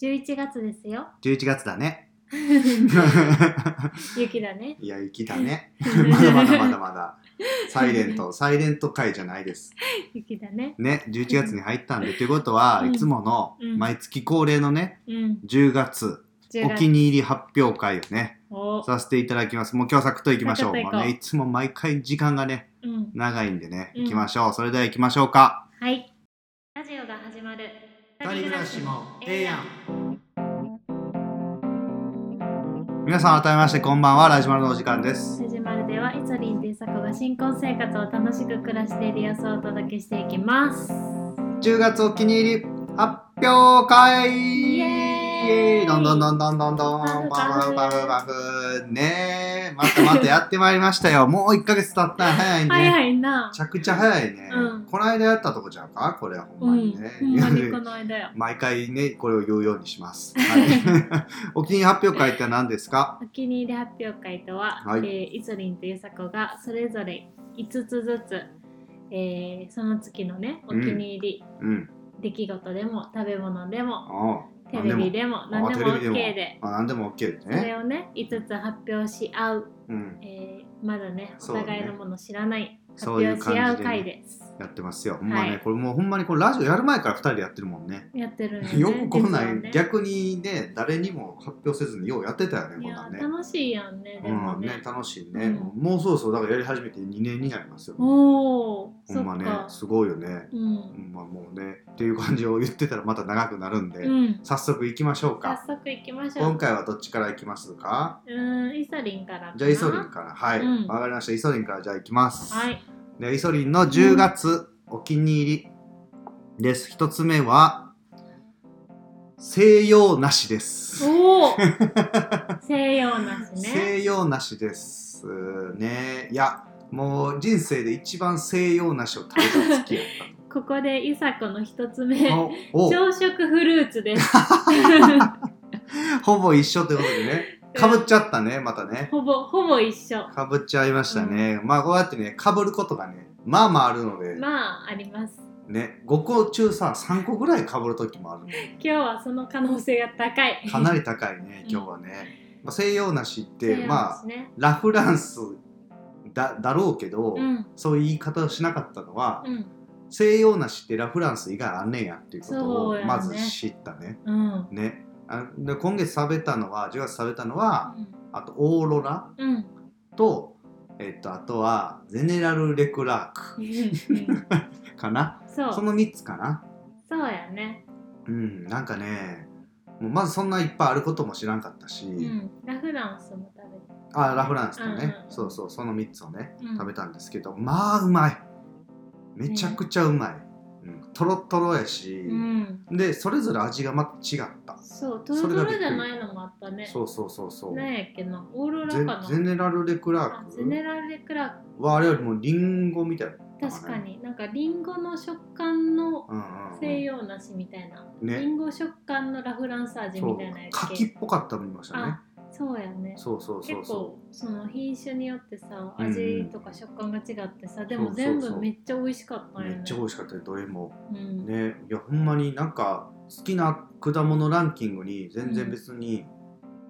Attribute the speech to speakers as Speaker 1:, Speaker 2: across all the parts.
Speaker 1: 11月です よ。
Speaker 2: 11月 だね。
Speaker 1: 雪だね。
Speaker 2: いや、雪 だね。まだまだまだまだ。サイレント、サイレント会じゃないです。
Speaker 1: 雪だね。
Speaker 2: ね、11月に入ったんで、ということは、
Speaker 1: うん
Speaker 2: いつもの
Speaker 1: うん
Speaker 2: 毎月恒例のね、
Speaker 1: うん。
Speaker 2: 10月、
Speaker 1: 10
Speaker 2: お気
Speaker 1: 月。
Speaker 2: に入り発表会をね、
Speaker 1: お
Speaker 2: させていただきます。もう今日サクッといきましょう。
Speaker 1: サクッといこう
Speaker 2: まあね、いつも毎回時間がね、
Speaker 1: うん。
Speaker 2: 長いんでね、
Speaker 1: うん
Speaker 2: 行きましょう。それでは行きましょうか。
Speaker 1: はい。ラジオが始まる。
Speaker 2: 皆さん、改めまして、こんばんは。ラジマルのお時間です。
Speaker 1: ラジマルでは、いつりんとゆさこが新婚生活を楽しく暮らしている様子をお届けしていきます。
Speaker 2: 10月お気に入り発表会
Speaker 1: イエーイ
Speaker 2: どんどんどんどんどんど
Speaker 1: パ
Speaker 2: んパ
Speaker 1: フパフ
Speaker 2: フパフパフねえまたまたやってまいりましたよもう1ヶ月経った早いね
Speaker 1: 早
Speaker 2: め
Speaker 1: いな
Speaker 2: ち。ゃくちゃ早いね、
Speaker 1: うん
Speaker 2: この間やったとこじゃんかこれは
Speaker 1: う
Speaker 2: ほ
Speaker 1: ん
Speaker 2: ま
Speaker 1: ん
Speaker 2: にね。、。
Speaker 1: ほんまにこの間よ
Speaker 2: 毎回ねこれを言うようにします、はい、お気に入り発表会って何ですか
Speaker 1: お気に入り発表会とは、
Speaker 2: はい
Speaker 1: えーいつりんとゆさこがそれぞれ5つずつ、えーその月のね、お気に入り、
Speaker 2: うん
Speaker 1: 出来事でも食べ物でも
Speaker 2: あ
Speaker 1: テレビでも何でも
Speaker 2: あテ
Speaker 1: OK
Speaker 2: レビでも
Speaker 1: で
Speaker 2: あ何でも OK
Speaker 1: そ
Speaker 2: で
Speaker 1: れ
Speaker 2: ね
Speaker 1: をね5つ発表し合う、
Speaker 2: うん
Speaker 1: えーまだねお
Speaker 2: そうね
Speaker 1: 互いのもの知らない発
Speaker 2: そうい
Speaker 1: 表
Speaker 2: う
Speaker 1: し合う
Speaker 2: 感じでね
Speaker 1: 回です
Speaker 2: やってますよほんまね、
Speaker 1: はい
Speaker 2: これもうほんまにこれラジオやる前から2人でやってるもんね
Speaker 1: やってるん
Speaker 2: よくこんな
Speaker 1: 実は
Speaker 2: ん
Speaker 1: ね
Speaker 2: 逆にね誰にも発表せずにようやってたよね
Speaker 1: い
Speaker 2: こん
Speaker 1: や
Speaker 2: なんね。
Speaker 1: 楽しいやんねでも
Speaker 2: うん
Speaker 1: ね,、
Speaker 2: ね楽しいね、
Speaker 1: う
Speaker 2: もうそろそろだからやり始めて2年になりますよ、ね、
Speaker 1: おお
Speaker 2: ほ
Speaker 1: そ
Speaker 2: んま
Speaker 1: っ
Speaker 2: ね
Speaker 1: か、
Speaker 2: すごいよね、
Speaker 1: う
Speaker 2: ほ
Speaker 1: ん、
Speaker 2: んまもうねっていう感じを言ってたらまた長くなるんで、
Speaker 1: うん、
Speaker 2: 早速行きましょう
Speaker 1: 早
Speaker 2: か
Speaker 1: 速行きましょ
Speaker 2: 今
Speaker 1: う
Speaker 2: 回はどっちから行きますか
Speaker 1: うーんイソリンからかな
Speaker 2: じゃあイソリンからはいわ、
Speaker 1: うん
Speaker 2: かりましたイソリンからじゃあ行きます、
Speaker 1: はい
Speaker 2: でイソリンの10月お気に入りです一つ目は西洋なしです
Speaker 1: おお 西洋なしね
Speaker 2: 西洋なしですねいやもう人生で一番西洋なしを食べた月やっ
Speaker 1: ここでイサコの一つ目
Speaker 2: た のお
Speaker 1: 朝食フルーツです
Speaker 2: ほぼ一緒ということでねかぶっちゃったねまたね
Speaker 1: ほぼほぼ一緒
Speaker 2: かぶっちゃいましたね、まあこうやってねかぶることがねまあまああるので、
Speaker 1: まああります
Speaker 2: ね5個中さ3個ぐらいかぶる時もあるので
Speaker 1: 今日はその可能性が高い
Speaker 2: かなり高いね今日はね、まあ、西洋なしってまあ
Speaker 1: あね
Speaker 2: ラ・フランスだだろうけど、
Speaker 1: うん
Speaker 2: そういう言い方をしなかったのは、
Speaker 1: うん
Speaker 2: 西洋梨ってラ・フランス以外あんねんやっていうこと
Speaker 1: そうや
Speaker 2: を
Speaker 1: ね
Speaker 2: まず知ったね。
Speaker 1: うん
Speaker 2: ねあで今月食べたのは10月食べたのはあとオーロラ
Speaker 1: うんうん
Speaker 2: と,、えっとあとはゼネラル・レクラ
Speaker 1: う
Speaker 2: ー
Speaker 1: ん
Speaker 2: クかな
Speaker 1: そ
Speaker 2: そうの3つかな。
Speaker 1: そうやね
Speaker 2: うんなんかねもうまずそんないっぱいあることも知らんかったし、
Speaker 1: うんラフランスも食べた
Speaker 2: あラ・フランスとね、
Speaker 1: うん
Speaker 2: そうそうその3つをね
Speaker 1: うん
Speaker 2: 食べたんですけど、まあうまいめちゃくちゃうまい、うん、とろとろやし、
Speaker 1: うん
Speaker 2: でそれぞれ味がまた違った。
Speaker 1: そうト
Speaker 2: そ
Speaker 1: ロ
Speaker 2: れ
Speaker 1: ト
Speaker 2: がびっ
Speaker 1: ロ
Speaker 2: くり
Speaker 1: じゃないのもあったね
Speaker 2: そうそうそうそう。
Speaker 1: なんやっけなオーロラ
Speaker 2: ゼ
Speaker 1: かな
Speaker 2: ゼネラル・レクラ
Speaker 1: あゼネ
Speaker 2: ーク
Speaker 1: ラルレクラ
Speaker 2: はあれよりもリンゴみたいな。
Speaker 1: ーク確かになんかリンゴの食感の
Speaker 2: うんうんうん、
Speaker 1: 西洋梨みたいな、リ
Speaker 2: ね。
Speaker 1: ンゴ食感のラフランス味
Speaker 2: そ
Speaker 1: み
Speaker 2: う
Speaker 1: たいなや。つ
Speaker 2: 柿っぽかったの見ましたね
Speaker 1: あ。そうやね
Speaker 2: そうそうそう
Speaker 1: 結
Speaker 2: そ
Speaker 1: 構その品種によってさ
Speaker 2: うんうん
Speaker 1: 味とか食感が違ってさ、で
Speaker 2: そ
Speaker 1: も
Speaker 2: うそうそ
Speaker 1: 全
Speaker 2: う
Speaker 1: 部めっちゃ美味しかった
Speaker 2: う。
Speaker 1: よ
Speaker 2: め
Speaker 1: ね
Speaker 2: っちゃ美味しかったよどれも。
Speaker 1: うん
Speaker 2: ね。いやほんまになんか好きな果物ランキングに全然別に、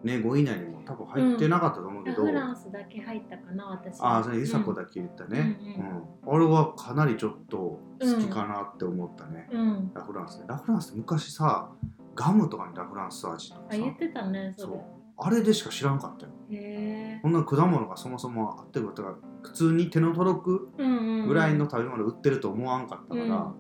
Speaker 2: ね5位以内にも多分入ってなかったと思うけ
Speaker 1: ラ
Speaker 2: ど。
Speaker 1: フランスだけ入ったかな私
Speaker 2: ああそれゆさこ
Speaker 1: け
Speaker 2: だけ言ったね、
Speaker 1: う
Speaker 2: うんんあれはかなりちょっと好きかなって思ったね、
Speaker 1: うん、うん
Speaker 2: ラ・フランスねラ・フランスって昔さガムとかにラ・フランス味とか
Speaker 1: あ
Speaker 2: さ
Speaker 1: 言ってたねそ
Speaker 2: そ
Speaker 1: れ
Speaker 2: うあれでしか知らんかったよ
Speaker 1: へえ
Speaker 2: こんな果物がそもそもあってることが普通に手の届く
Speaker 1: うんうんうん
Speaker 2: ぐらいの食べ物売ってると思わんかったから、
Speaker 1: うん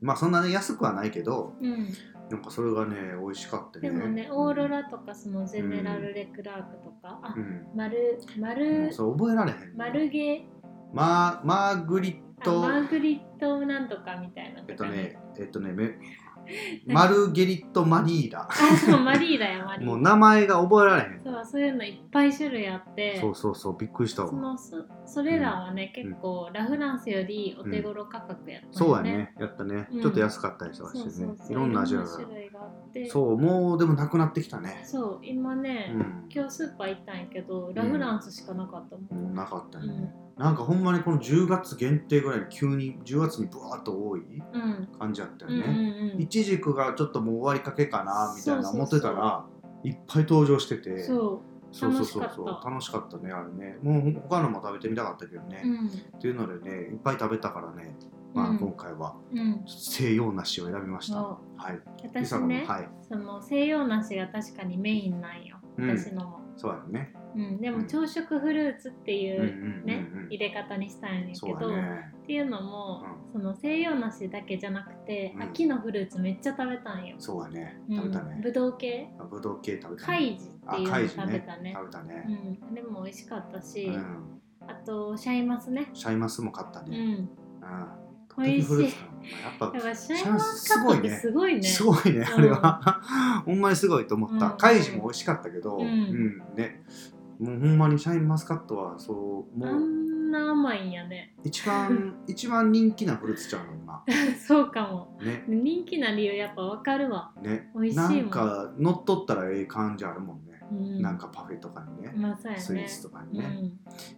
Speaker 2: まあそんなね安くはないけど
Speaker 1: うん、
Speaker 2: なんかそれがね美味しかったね
Speaker 1: でもねオーロラとかそのゼネラル・レクラークとか、あ
Speaker 2: うん
Speaker 1: マルマ
Speaker 2: も
Speaker 1: ル
Speaker 2: うそれ覚えられへん
Speaker 1: マルゲ
Speaker 2: マーマーグリッ
Speaker 1: あ
Speaker 2: ト
Speaker 1: マーグリットなんとかみたいな
Speaker 2: えっ
Speaker 1: と
Speaker 2: と
Speaker 1: か
Speaker 2: ねえっとねめマルゲリット・マリーラ
Speaker 1: あそうマリーだよマリー
Speaker 2: もう名前が覚えられへん
Speaker 1: そうそういうのいっぱい種類あって
Speaker 2: そうそうそうびっくりしたわ
Speaker 1: そのそそれらはね、結構ラ・フランスよりお手頃価格やったんよ
Speaker 2: そうやね、やったね、
Speaker 1: うん
Speaker 2: ちょっと安かったりとか
Speaker 1: そ
Speaker 2: し
Speaker 1: う
Speaker 2: て
Speaker 1: そ
Speaker 2: ね
Speaker 1: う、そう
Speaker 2: いろんな味が。
Speaker 1: いろんな種類があってそう
Speaker 2: そう、もうでもなくなってきたね。
Speaker 1: 今ね、
Speaker 2: うん、
Speaker 1: 今日スーパー行ったんやけどラ・フランスしかなかったもん、
Speaker 2: もうなかったね。なんかほんまにこの10月限定ぐらいで急に10月にブワーッと多い
Speaker 1: うん
Speaker 2: 感じだったよ
Speaker 1: うんうん
Speaker 2: ね、
Speaker 1: うん
Speaker 2: いちじくがちょっともう終わりかけかなみたいな思っ
Speaker 1: そう
Speaker 2: て
Speaker 1: そ
Speaker 2: た
Speaker 1: うそう
Speaker 2: らいっぱい登場してて
Speaker 1: そ
Speaker 2: そうそうそうそう
Speaker 1: 楽しかった
Speaker 2: 楽しかったねあれねもう他のも食べてみたかったけどね
Speaker 1: う、うん
Speaker 2: っていうのでねいっぱい食べたからね、まあ、
Speaker 1: うん
Speaker 2: 今回は
Speaker 1: うん
Speaker 2: 西洋梨を選びました、
Speaker 1: そ
Speaker 2: はい
Speaker 1: 私
Speaker 2: も
Speaker 1: ね、
Speaker 2: はい
Speaker 1: その西洋梨が確かにメインなんよ
Speaker 2: うん
Speaker 1: 私のも、
Speaker 2: そうやね
Speaker 1: うんで
Speaker 2: う
Speaker 1: も
Speaker 2: ん
Speaker 1: 朝食フルーツってい
Speaker 2: うんうん
Speaker 1: うね、
Speaker 2: うんうん
Speaker 1: 入れ方にしたんやけ
Speaker 2: そう
Speaker 1: ど、
Speaker 2: だね
Speaker 1: っていうのも、
Speaker 2: う
Speaker 1: その西洋梨だけじゃなくて、
Speaker 2: うん
Speaker 1: 秋のフルーツめっちゃ食べたんよ、
Speaker 2: そうだね
Speaker 1: うん、
Speaker 2: 食べたね、
Speaker 1: ぶどう系
Speaker 2: あぶどう系食べた
Speaker 1: カイジっていう
Speaker 2: あカ
Speaker 1: の
Speaker 2: イジ
Speaker 1: 食べたね
Speaker 2: 食べたね
Speaker 1: うん、あれも美味しかったし、
Speaker 2: うん
Speaker 1: あとシャインマスね
Speaker 2: シャインマスも買った
Speaker 1: う
Speaker 2: ね、
Speaker 1: ん
Speaker 2: うん
Speaker 1: 美味しい
Speaker 2: トップフルーツかな
Speaker 1: やっ
Speaker 2: やっ
Speaker 1: ぱシャインマスカットってすごいね
Speaker 2: ぱすごいね
Speaker 1: うん
Speaker 2: あれは ほんまにすごいと思った、
Speaker 1: うん
Speaker 2: カイジも美味しかったけど、
Speaker 1: うん
Speaker 2: うんねもうほんまにシャインマスカットはそう
Speaker 1: あ
Speaker 2: もうん
Speaker 1: な甘いんやね
Speaker 2: 一番一番人気なフルーツちゃうの今
Speaker 1: そうかも
Speaker 2: ね
Speaker 1: 人気な理由やっぱわかるわ
Speaker 2: ね
Speaker 1: 美味しい
Speaker 2: な
Speaker 1: もん
Speaker 2: んか乗っとったらええ感じあるもんね、
Speaker 1: うん
Speaker 2: なんかパフェとかにね、
Speaker 1: まあそうやね
Speaker 2: スイーツとかに
Speaker 1: う
Speaker 2: ね、い
Speaker 1: ん、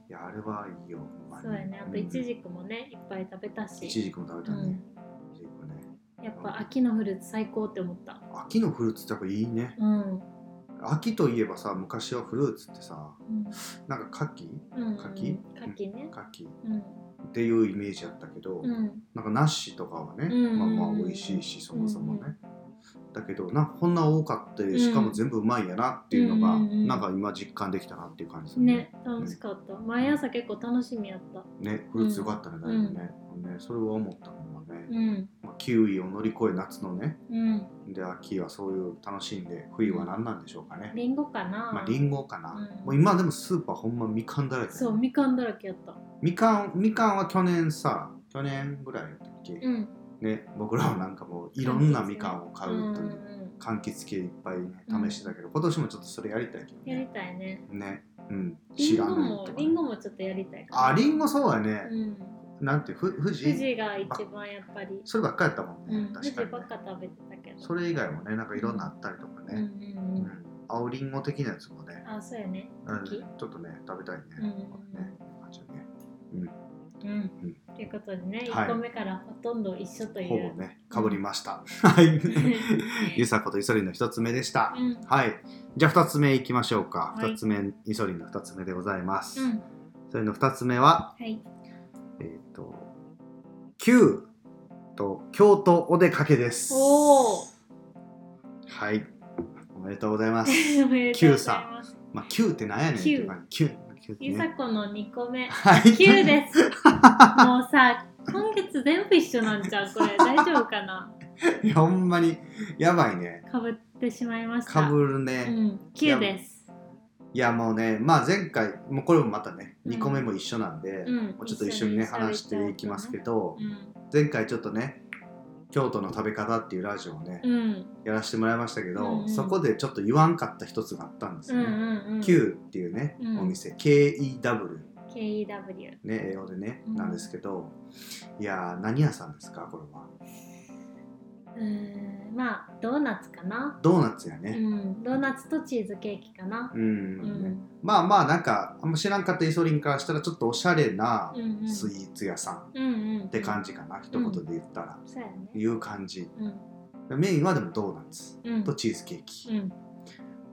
Speaker 2: やあれはいいよほんまに
Speaker 1: そうやねあと
Speaker 2: ん
Speaker 1: イチジクもねいっぱい食べたし
Speaker 2: いちじくも食べたね、いちじくね
Speaker 1: うん、やっぱ秋のフルーツ最高って思った
Speaker 2: 秋のフルーツってやっぱいいね
Speaker 1: うん
Speaker 2: 秋といえばさ昔はフルーツってさ
Speaker 1: うん
Speaker 2: なんか牡蠣
Speaker 1: うん
Speaker 2: 柿
Speaker 1: 柿ね
Speaker 2: 牡蠣っ
Speaker 1: うん
Speaker 2: ていうイメージだったけど、
Speaker 1: うん
Speaker 2: なんかナッシとかはね、
Speaker 1: うん
Speaker 2: まあまあ美味しいしそもそもね、
Speaker 1: うん
Speaker 2: だけどなんかこんな多かった
Speaker 1: ん
Speaker 2: しかも全部うまいやなっていうのが、
Speaker 1: うんうんうん
Speaker 2: なんか今実感できたなっていう感じする
Speaker 1: ね楽しかった毎朝結構楽しみやった
Speaker 2: ねフルーツよかったねだいぶね,、ねそれは思ったもんね、
Speaker 1: うん
Speaker 2: まあ、キウイを乗り越え夏のね
Speaker 1: うん
Speaker 2: で秋はそういう楽しんで冬は何なんでしょうかね、
Speaker 1: リンゴかな、
Speaker 2: まあ、リンゴかな、
Speaker 1: うん
Speaker 2: もう今でもスーパーほんまみかんだらけ、
Speaker 1: そうみかんだらけやった
Speaker 2: みかんみかんは去年さ去年ぐらいだったっけ、
Speaker 1: うん
Speaker 2: ね僕らはなんかもういろんなみかんを買うといううん
Speaker 1: うん
Speaker 2: 柑橘系いっぱい、
Speaker 1: うん
Speaker 2: ね、試してたけど、今年もちょっとそれやりたいけど
Speaker 1: うんやり
Speaker 2: ね
Speaker 1: たいね
Speaker 2: ねうん
Speaker 1: リン
Speaker 2: 知
Speaker 1: ゴ
Speaker 2: らない
Speaker 1: も
Speaker 2: とか、
Speaker 1: リ
Speaker 2: ね
Speaker 1: ン、ゴもちょっとやりたいか
Speaker 2: あ
Speaker 1: な
Speaker 2: リンゴそうやね、
Speaker 1: うん
Speaker 2: なんてふ富士
Speaker 1: 富士が一番やっぱり
Speaker 2: そればっかりやったもんね、
Speaker 1: うん富
Speaker 2: 確
Speaker 1: 士
Speaker 2: か
Speaker 1: ば
Speaker 2: にね、
Speaker 1: っか食べてたけど
Speaker 2: それ以外もねなんかいろんなあったりとか
Speaker 1: うんう
Speaker 2: ね、うん
Speaker 1: ん
Speaker 2: 青りんご的なやつもね
Speaker 1: うん、あそうやね
Speaker 2: うん、
Speaker 1: 好き
Speaker 2: ちょっとね食べたいね、
Speaker 1: うん
Speaker 2: これね感じだね
Speaker 1: うんということでね、
Speaker 2: はい
Speaker 1: 1個目からほとんど一緒という。
Speaker 2: ほ ぼね、かぶりました。はい。ゆ
Speaker 1: さ
Speaker 2: さことイソリンの一つ目でした。
Speaker 1: うん。
Speaker 2: はい。じゃあ二つ目いきましょうか。
Speaker 1: はい
Speaker 2: 二つ目、イソリンの二つ目でございます。
Speaker 1: うん。
Speaker 2: それの二つ目は、
Speaker 1: はい。
Speaker 2: えっ、と、旧と京都お出かけです。
Speaker 1: おー。
Speaker 2: はい。おめでとうござい ます。
Speaker 1: おめでとうございます。
Speaker 2: まあ、旧ってなんやねんっていう感じ。旧。旧って
Speaker 1: ゆさ
Speaker 2: ね。
Speaker 1: この2個目。
Speaker 2: はい
Speaker 1: 9です。 もうさ、今月全部一緒なんじゃん、こ れ。大丈夫かな
Speaker 2: い やほんまに、やばいね。
Speaker 1: かぶってしまいました。
Speaker 2: かぶる
Speaker 1: う
Speaker 2: ね。
Speaker 1: ん。9です。
Speaker 2: いやもうね、まあ、前回もうこれもまたね
Speaker 1: うん
Speaker 2: 2個目も一緒なんで、
Speaker 1: うん
Speaker 2: もうちょっと一緒にね
Speaker 1: 一緒に
Speaker 2: 話していきますけど、
Speaker 1: うん。
Speaker 2: 前回ちょっとね京都の食べ方っていうラジオをね、
Speaker 1: うん。
Speaker 2: やらせてもらいましたけど、
Speaker 1: うんうん
Speaker 2: そこでちょっと言わんかった一つがあったんです
Speaker 1: うんう
Speaker 2: よね、
Speaker 1: んうん。。
Speaker 2: Q っていうね、
Speaker 1: うん
Speaker 2: お店 KEW
Speaker 1: KEW。
Speaker 2: ね英語でね、
Speaker 1: うん
Speaker 2: なんですけどいやー何屋さんですかこれは
Speaker 1: うーん。まあ、ドーナツかな。
Speaker 2: ドーナツや
Speaker 1: う
Speaker 2: ね、
Speaker 1: ん。ドーナツとチーズケーキかな。
Speaker 2: うん
Speaker 1: う
Speaker 2: ね
Speaker 1: ん。
Speaker 2: まあまあなんかあんま知らんかったイソリンからしたらちょっとおしゃれな
Speaker 1: うんうん。
Speaker 2: スイーツ屋さん
Speaker 1: うんうん。っ
Speaker 2: って感
Speaker 1: じ。
Speaker 2: じかな、一言で言ったら、
Speaker 1: そうやね。
Speaker 2: いう感じ
Speaker 1: うん。
Speaker 2: メインはでもドーナツ
Speaker 1: うん
Speaker 2: とチーズケーキ、
Speaker 1: うん、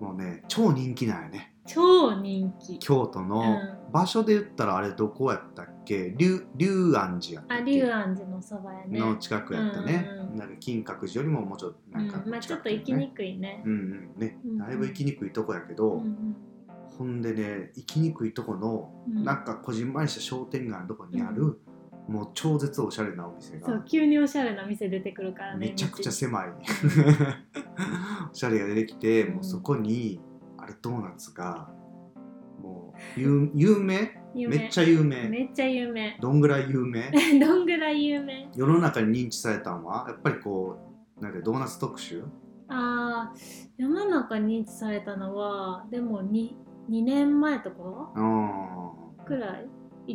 Speaker 2: もうね超人気なんよね
Speaker 1: 超人気。
Speaker 2: 京都の
Speaker 1: う
Speaker 2: 場所で言ったらあれどこやったっけ龍龍安寺やった
Speaker 1: あ、
Speaker 2: っ
Speaker 1: 龍
Speaker 2: け
Speaker 1: 安寺のそばやね。
Speaker 2: の近くやったね、
Speaker 1: うんうんう
Speaker 2: なんか金閣寺よりももうちょっと
Speaker 1: う
Speaker 2: なん
Speaker 1: ん
Speaker 2: か、
Speaker 1: まあちょっと行
Speaker 2: 行
Speaker 1: きにくいね。
Speaker 2: うんうんね、
Speaker 1: うんうん
Speaker 2: だいぶ行きにくいとこやけど、
Speaker 1: うんうん
Speaker 2: ほんでね行きにくいとこの、
Speaker 1: うん
Speaker 2: なんかこじんまりした商店街のとこにある、もう超絶おしゃれなお店
Speaker 1: そう
Speaker 2: が
Speaker 1: 急におしゃれな店出てくるからね。
Speaker 2: めちゃくち
Speaker 1: 道
Speaker 2: ゃ狭い おしゃれが出てきて、もうそこにあれドーナツがもう有有名
Speaker 1: 有名
Speaker 2: めっちゃ有名
Speaker 1: めっちゃ有名。
Speaker 2: どんぐらい有名
Speaker 1: どんぐらい有名
Speaker 2: 世の中に認知されたんはやっぱりこうなんかドーナツ特集
Speaker 1: ああ、世の中認知されたのは、でも 2, 2年前とか
Speaker 2: うん
Speaker 1: くらい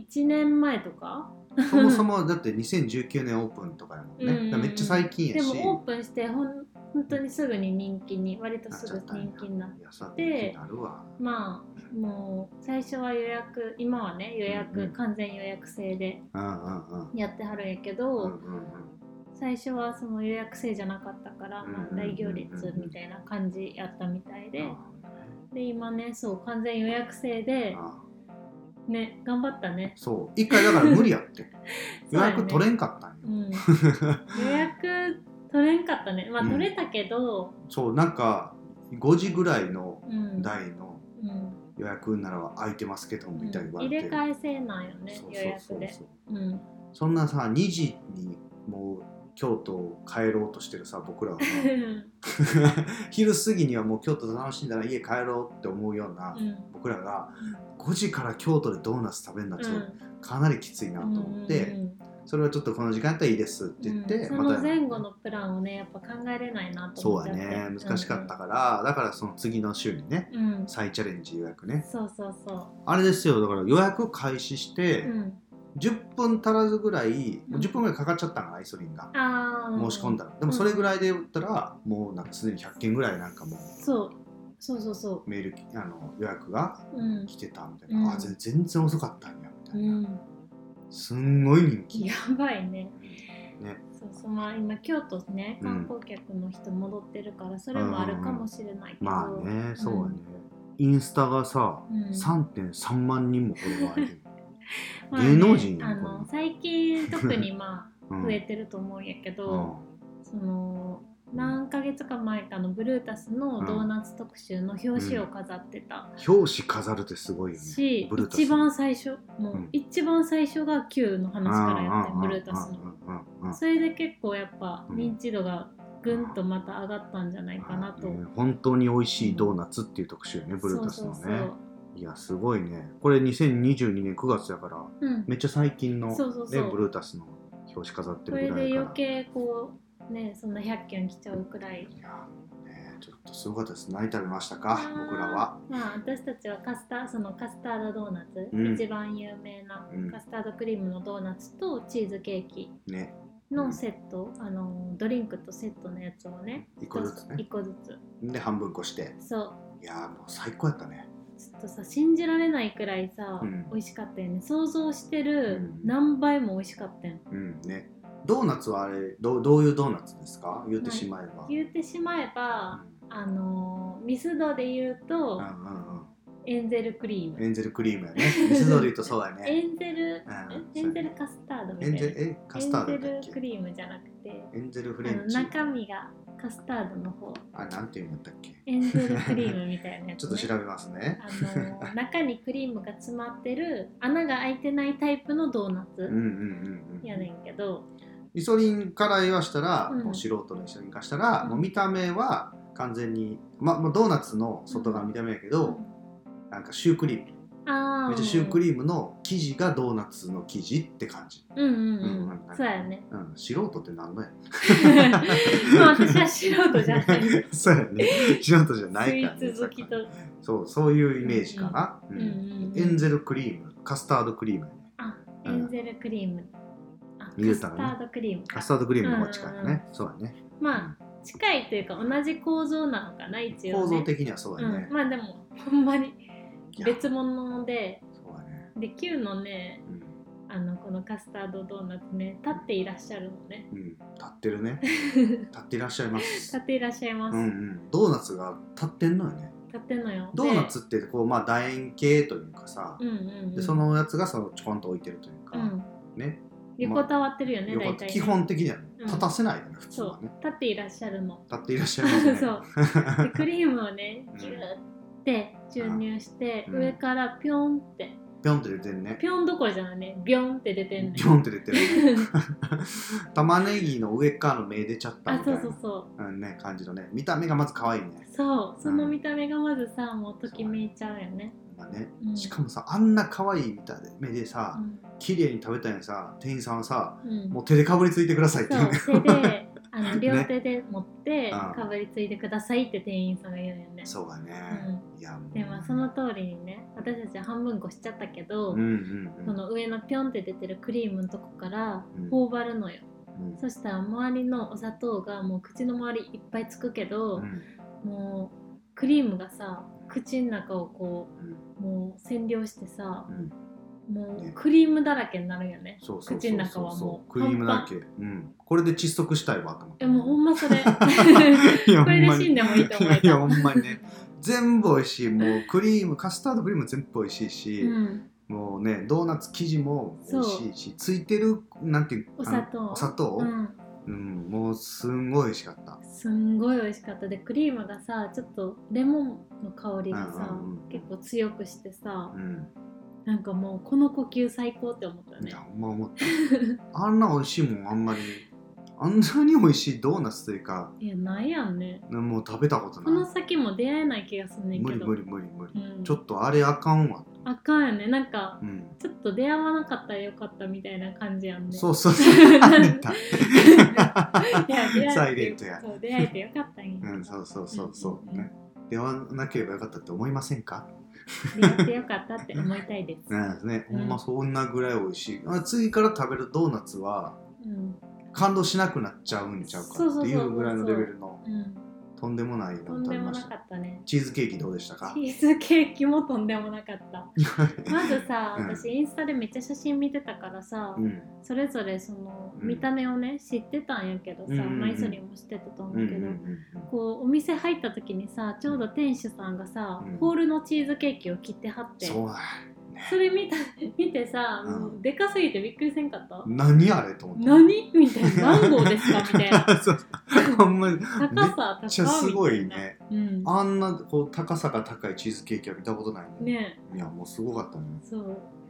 Speaker 1: ?1 年前とか
Speaker 2: そもそもだって2019年オープンとかやもんね、
Speaker 1: うんうんうん
Speaker 2: だからめっちゃ最近や
Speaker 1: で
Speaker 2: し
Speaker 1: もオープンしてほん本当にすぐに人気に割と
Speaker 2: なっ
Speaker 1: す
Speaker 2: ちゃ
Speaker 1: ぐ
Speaker 2: ったんや
Speaker 1: 人気になって
Speaker 2: いやさ
Speaker 1: で
Speaker 2: 人気になるわ
Speaker 1: まあもう最初は予約今はね予約、
Speaker 2: うんうん
Speaker 1: 完全予約制で
Speaker 2: うんうんうん
Speaker 1: やってはるんやけ
Speaker 2: う
Speaker 1: ど、
Speaker 2: んうんうん
Speaker 1: 最初はその予約制じゃなかったから、ま
Speaker 2: う
Speaker 1: あ、
Speaker 2: んうんうんうん
Speaker 1: 大行列みたいな感じやったみたいで
Speaker 2: あ
Speaker 1: で今ねそう完全予約制
Speaker 2: あ
Speaker 1: で
Speaker 2: ああ
Speaker 1: ね頑張ったね
Speaker 2: そう一回だから無理やって 予約取れ
Speaker 1: ん、
Speaker 2: んかったんよ
Speaker 1: う、 ん、予約取れんかったねまあ
Speaker 2: うん
Speaker 1: 取れたけど、
Speaker 2: そうなんか5時ぐらいの
Speaker 1: うん
Speaker 2: 台の
Speaker 1: うん
Speaker 2: 予約なら空いてますけどみたいに言わ
Speaker 1: 入
Speaker 2: れて、
Speaker 1: れ替え制なんよね
Speaker 2: そう
Speaker 1: 予
Speaker 2: そう
Speaker 1: 約
Speaker 2: そう
Speaker 1: で
Speaker 2: そう
Speaker 1: うん
Speaker 2: そんなさ2時にもう京都帰ろうとしてるさ僕らは 昼過ぎにはもう京都楽しんだら家帰ろうって思うような、
Speaker 1: うん
Speaker 2: 僕らが5時から京都でドーナツ食べるのはちょっとかなりきついなと思って、
Speaker 1: うんうんうん
Speaker 2: それはちょっとこの時間やったらいいですって言って、
Speaker 1: うんその前後のプランをねやっぱ考えれないなと
Speaker 2: そ
Speaker 1: 思
Speaker 2: う
Speaker 1: っち
Speaker 2: や
Speaker 1: ゃって
Speaker 2: ね難しかったから、だからその次の週にね
Speaker 1: うん、うん
Speaker 2: 再チャレンジ予約ね
Speaker 1: そうそうそ
Speaker 2: あれですよだから予約開始して
Speaker 1: う、うん、
Speaker 2: 10分足らずぐらい、もう
Speaker 1: うん
Speaker 2: 10分ぐらいかかっちゃったんかなアイソリンが、
Speaker 1: あー
Speaker 2: 申し込んだらでもそれぐらいで言ったら、もうなんかすでに100件ぐらいなんかもう
Speaker 1: そうそうそうそ
Speaker 2: メールあの予約が
Speaker 1: ううん、
Speaker 2: 来てたみたいな、あ
Speaker 1: うん
Speaker 2: ぜ全然遅かったんやみた
Speaker 1: う
Speaker 2: いな、
Speaker 1: ん、
Speaker 2: すんごい人気
Speaker 1: やばいね
Speaker 2: ね
Speaker 1: そうそうまあ今京都ね
Speaker 2: うん
Speaker 1: 観光客の人戻ってるからそれもあるかもしれないけど、
Speaker 2: まあねそうやね、インスタがさ
Speaker 1: うん
Speaker 2: 3.3万人もフォロワー いる、
Speaker 1: まあね
Speaker 2: 芸能人やん
Speaker 1: あ
Speaker 2: これ
Speaker 1: の最近特にま
Speaker 2: う
Speaker 1: あ
Speaker 2: ん
Speaker 1: 増えてると思うんやけど、
Speaker 2: うん
Speaker 1: その何ヶ月か前かのブルータスのドーナツ特集の表紙を飾ってた
Speaker 2: 表紙飾るってすごいよね。
Speaker 1: し、
Speaker 2: ブルータス
Speaker 1: 一番最初もう、
Speaker 2: うん
Speaker 1: 一番最初が Q の話からやって
Speaker 2: うん
Speaker 1: ブルータスの。
Speaker 2: うんうんうん
Speaker 1: それで結構やっぱ
Speaker 2: うん
Speaker 1: 認知度がぐんとまた上がったんじゃないかなと。
Speaker 2: ね本当に美味しいドーナツっていう特集よね、ブルータスのね。いや、すごいね。これ2022年9月だから、
Speaker 1: うん、
Speaker 2: めっちゃ最近の、ね、
Speaker 1: そうそうそう
Speaker 2: ブルータスの表紙飾って
Speaker 1: こ
Speaker 2: る
Speaker 1: れ
Speaker 2: ぐらい
Speaker 1: で
Speaker 2: から。
Speaker 1: 余計こうねそんな100件来ちゃうくらい。
Speaker 2: いや、ね、ちょっとすごかったです。何食べましたか、僕らは。
Speaker 1: まあ私たちはカスタそのカスタードドーナツ、
Speaker 2: うん
Speaker 1: 一番有名な
Speaker 2: うん
Speaker 1: カスタードクリームのドーナツとチーズケーキ
Speaker 2: ね、
Speaker 1: のセット、あのドリンクとセットのやつをね
Speaker 2: 一個ずつね
Speaker 1: 一個ずつ
Speaker 2: で、半分こして。
Speaker 1: そう
Speaker 2: いや、もう最高やったね。
Speaker 1: ちょっとさ信じられないくらいさ、
Speaker 2: うん
Speaker 1: 美味しかったよね想像してる
Speaker 2: うん
Speaker 1: 何倍も美味しかったよ、
Speaker 2: うん、ね。ドーナツはあれ、どうどういうドーナツですか言ってしまえば。
Speaker 1: 言ってしまえば、あのーミスドで言う
Speaker 2: う
Speaker 1: と、
Speaker 2: んうんうんうん。
Speaker 1: エンゼルクリー
Speaker 2: エ
Speaker 1: ム
Speaker 2: ンゼルクリームやね。ミスドで言うとそうや
Speaker 1: エ
Speaker 2: ね。
Speaker 1: ンゼル、
Speaker 2: うん
Speaker 1: えエンゼルカスタードみた
Speaker 2: エ
Speaker 1: い
Speaker 2: ン
Speaker 1: な
Speaker 2: ゼル、え、カスタード
Speaker 1: エンゼ
Speaker 2: だ
Speaker 1: ル
Speaker 2: っ
Speaker 1: ク
Speaker 2: け
Speaker 1: リームじゃなくて
Speaker 2: エンゼルフ
Speaker 1: あ
Speaker 2: レ
Speaker 1: の
Speaker 2: ンチ。
Speaker 1: 中身がカスタードの方
Speaker 2: あ、なんていうんだったっけ
Speaker 1: エンゼルクリームみたいなやつ、ね、
Speaker 2: ちょっと調べますね。
Speaker 1: あのー中にクリームが詰まってる穴が開いてないタイプのドーナ
Speaker 2: うんうん
Speaker 1: ツ
Speaker 2: うん
Speaker 1: や
Speaker 2: う
Speaker 1: ね
Speaker 2: ん。
Speaker 1: んけど、
Speaker 2: イソリンから言わしたら、
Speaker 1: うん
Speaker 2: もう素人のイソリンからしたら、
Speaker 1: うん
Speaker 2: もう見た目は完全に、ま、まドーナツの外側見た目やけど、なんかシュークリーム。
Speaker 1: ああ
Speaker 2: めっちゃシューク
Speaker 1: リ
Speaker 2: リームの生地がドーナツの生地って感じ。
Speaker 1: うんうん
Speaker 2: うん
Speaker 1: う
Speaker 2: うんんうん
Speaker 1: そうや ね
Speaker 2: うん、素人ってなんだよ。
Speaker 1: まあ私は素人じゃない
Speaker 2: そうやね。素人じゃな
Speaker 1: ス
Speaker 2: い
Speaker 1: イ
Speaker 2: から
Speaker 1: ー
Speaker 2: ね。
Speaker 1: ツ好きと
Speaker 2: そう、そういうイメージかな。
Speaker 1: う
Speaker 2: うんん
Speaker 1: うんうん
Speaker 2: エンゼルクリーム、カスタードクリームやね。
Speaker 1: あエ
Speaker 2: うん
Speaker 1: ンゼルクリームあカ
Speaker 2: 言う
Speaker 1: ス
Speaker 2: た
Speaker 1: タ
Speaker 2: らね
Speaker 1: ードクリームか
Speaker 2: カスタードクリームの方が近いよ
Speaker 1: うんうん
Speaker 2: ね。そうだね。
Speaker 1: まあ近いというか同じ構造なのかな一応ね
Speaker 2: 構造的にはそうだね
Speaker 1: うん。まあでもほんまに
Speaker 2: いや
Speaker 1: 別物で
Speaker 2: そうだね。
Speaker 1: で Q のね
Speaker 2: うん
Speaker 1: あのこのカスタードドーナツね立っていらっしゃるのね
Speaker 2: うん、立って るね。
Speaker 1: 立
Speaker 2: 立っていらっしゃいます。
Speaker 1: っていらっしゃいます、
Speaker 2: うんうん。ドーナツが立ってんのよね。
Speaker 1: 立ってんのよ
Speaker 2: ドーナツってこうまあ楕円形というかさ
Speaker 1: で、うんうんうん、
Speaker 2: でそのやつがそのちょこんと置いてるというか、
Speaker 1: うん
Speaker 2: ね。
Speaker 1: 横たわってるよね、
Speaker 2: よか
Speaker 1: 大
Speaker 2: った
Speaker 1: 体
Speaker 2: 基本的には
Speaker 1: うん
Speaker 2: 立たせないよね、普通
Speaker 1: そう
Speaker 2: はね。
Speaker 1: 立っていらっしゃる の
Speaker 2: 立っていらっしゃいますね。
Speaker 1: そうでクリームをね
Speaker 2: うん
Speaker 1: ギューって注入して、
Speaker 2: うん
Speaker 1: 上からピョンって
Speaker 2: ぴょんって出てんね。
Speaker 1: ピョンどころじゃないねビョンって出てんねん
Speaker 2: ぴょんって出てる、ね。玉ねぎの上からの芽出ちゃった み
Speaker 1: あ
Speaker 2: たい
Speaker 1: そ
Speaker 2: な
Speaker 1: うそうそう
Speaker 2: うんね、感じのね。見た目がまず可愛いね。
Speaker 1: そうその見た目がまずさもうときめいちゃうよね、
Speaker 2: まあね
Speaker 1: うん、
Speaker 2: しかもさあんな可愛い見た目でさ、
Speaker 1: うん
Speaker 2: 綺麗に食べたいのにさ店員さんはさ
Speaker 1: うん
Speaker 2: もう手でかぶりついてくださいって言うね
Speaker 1: そう手であの両手で持って、
Speaker 2: うん
Speaker 1: かぶりついてくださいって店員さんが言うよね
Speaker 2: そうだね、
Speaker 1: う
Speaker 2: いやも
Speaker 1: ん、
Speaker 2: う
Speaker 1: でまあその通りにね私たちは半分こしちゃったけど、
Speaker 2: うんうんうん
Speaker 1: その上のピョンって出てるクリームのとこから
Speaker 2: うん
Speaker 1: 頬張るのよ、
Speaker 2: うんうん
Speaker 1: そしたら周りのお砂糖がもう口の周りいっぱいつくけど、
Speaker 2: うん
Speaker 1: もうクリームがさ口の中をこ
Speaker 2: うん
Speaker 1: うもう占領してさ
Speaker 2: うん
Speaker 1: もう
Speaker 2: ね
Speaker 1: クリームだらけになるよね
Speaker 2: そうそうそうそう
Speaker 1: 口の中はもう
Speaker 2: クリームだらけ、うん、これで窒息したいわと思って
Speaker 1: えもうほんまそ れ
Speaker 2: いや
Speaker 1: これで死んでもいいと思えた
Speaker 2: やほんまにね全部美味しいもうクリームカスタードクリーム全部美味しいし、
Speaker 1: うん、
Speaker 2: もうねドーナツ生地も美味しいしついてるなんていう
Speaker 1: お砂糖
Speaker 2: あのお砂糖、う
Speaker 1: うんん、
Speaker 2: もうすんごい美味しかった
Speaker 1: すんごい美味しかったでクリームがさちょっとレモンの香りがさ
Speaker 2: うんうんうん
Speaker 1: 結構強くしてさ
Speaker 2: うん
Speaker 1: なんかもうこの呼吸最高って思った
Speaker 2: い
Speaker 1: ね
Speaker 2: やほんま思ったあんな美味しいもんあんまりあんなに美味しいドーナツというか
Speaker 1: いやないやんね
Speaker 2: もう食べたこと
Speaker 1: この
Speaker 2: ない
Speaker 1: 先も出会えない気がすんねん
Speaker 2: 無
Speaker 1: け
Speaker 2: 理
Speaker 1: ど
Speaker 2: 無理無理無理、
Speaker 1: うん、
Speaker 2: ちょっとあれあかんわ、
Speaker 1: あかんよねなんか
Speaker 2: うん、
Speaker 1: ちょっと出会わなかったらよかったみたいな感じやんね
Speaker 2: そうそうそう。あん た
Speaker 1: いや出
Speaker 2: サ
Speaker 1: 会
Speaker 2: イ
Speaker 1: え
Speaker 2: レ
Speaker 1: て
Speaker 2: ントや
Speaker 1: そう出会えてよかったんやけど
Speaker 2: うん、そうそうそうそ
Speaker 1: ん
Speaker 2: う。
Speaker 1: ん
Speaker 2: ね。出会わなければよかったって思いませんか
Speaker 1: 出会ってよかったって思いたいです、
Speaker 2: うんね、
Speaker 1: うん
Speaker 2: ほんまそんなぐらい美味しい。あ次から食べるドーナツは
Speaker 1: うん
Speaker 2: 感動しなくなっちゃうんちゃうかっていうぐらいのレベルの
Speaker 1: うん、
Speaker 2: とんでもないの
Speaker 1: と
Speaker 2: を
Speaker 1: ん
Speaker 2: 食
Speaker 1: で
Speaker 2: べ
Speaker 1: も
Speaker 2: ま
Speaker 1: な
Speaker 2: し
Speaker 1: か
Speaker 2: た。
Speaker 1: ったね
Speaker 2: チーズケーキどうでしたか
Speaker 1: チーズケーキもとんでもなかったまずさ
Speaker 2: うん
Speaker 1: 私インスタでめっちゃ写真見てたからさ、
Speaker 2: うん、
Speaker 1: それぞれその
Speaker 2: うん
Speaker 1: 見た目をね知ってたんやけどさ、
Speaker 2: うんうんうん
Speaker 1: マイソリンも知ってたと思
Speaker 2: うんう
Speaker 1: うんけど、
Speaker 2: うん
Speaker 1: こうお店入った時にさちょうど店主さんがさ、
Speaker 2: うん
Speaker 1: ホールのチーズケーキを切ってはって
Speaker 2: そうだ
Speaker 1: それ見た 見てさ、
Speaker 2: うん
Speaker 1: もうでかすぎてびっくりせんかった、
Speaker 2: 何あれと思って
Speaker 1: 何みたいな何号ですかみたいな
Speaker 2: そうほんま にめっ
Speaker 1: 高さ高さみたいな
Speaker 2: ちゃすごいね
Speaker 1: うん
Speaker 2: あんなこう高さが高いチーズケーキは見たことないね
Speaker 1: ね
Speaker 2: いやもうすごかったね
Speaker 1: そう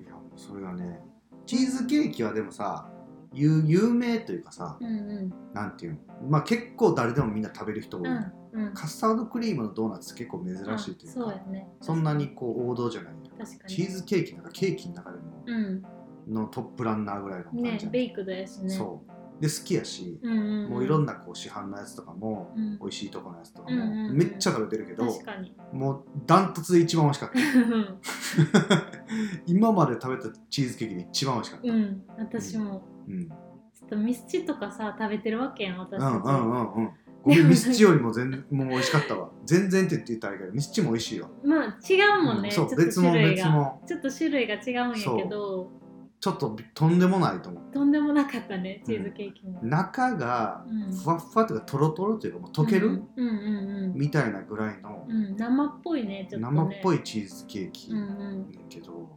Speaker 2: いやもうそれがねチーズケーキはでもさ有有名というかさ
Speaker 1: うんうん
Speaker 2: なんていうのまあ結構誰でもみんな食べる人多い、
Speaker 1: うんうん
Speaker 2: カスタードクリームのドーナツって結構珍しいという
Speaker 1: あそう
Speaker 2: か
Speaker 1: やね
Speaker 2: そんなにこう王道じゃない
Speaker 1: 確かに
Speaker 2: チーズケーキなんかケーキの中でも
Speaker 1: うん
Speaker 2: のトップランナーぐらいの感
Speaker 1: ね
Speaker 2: じやん
Speaker 1: ベイクドやしね
Speaker 2: そうで好きやし、
Speaker 1: うんうんうん、
Speaker 2: もういろんなこう市販のやつとかも
Speaker 1: うん
Speaker 2: 美味しいとこのやつとか
Speaker 1: うんうん
Speaker 2: も
Speaker 1: うん
Speaker 2: めっちゃ食べてるけど、
Speaker 1: 確かに
Speaker 2: もうダントツで一番美味しかった 今まで食べたチーズケーキで一番美味しかった、
Speaker 1: うん私も
Speaker 2: うん
Speaker 1: ちょっとミスチとかさ食べてるわけやん私たち、
Speaker 2: うんうんうんうんごめんミスチよりも全然もう美味し かったわ全然って言ってたらいいけどミスチも美味しいよ、
Speaker 1: まあ違うもんね、
Speaker 2: うん
Speaker 1: ちょ
Speaker 2: そ
Speaker 1: っと
Speaker 2: う別も
Speaker 1: 種類
Speaker 2: 別
Speaker 1: が
Speaker 2: も
Speaker 1: ちょっと種類が違うんやけど
Speaker 2: ちょっととんでもないと思う
Speaker 1: とんでもなかったねチーズケーキも、
Speaker 2: 中が
Speaker 1: うん
Speaker 2: ふわっふわというかとろとろというかもう溶ける、
Speaker 1: うんうんうん
Speaker 2: みたいなぐらいの
Speaker 1: うん、うん、生っぽいねちょっとね
Speaker 2: 生っぽいチーズケーキ
Speaker 1: うん
Speaker 2: だ
Speaker 1: うん
Speaker 2: けど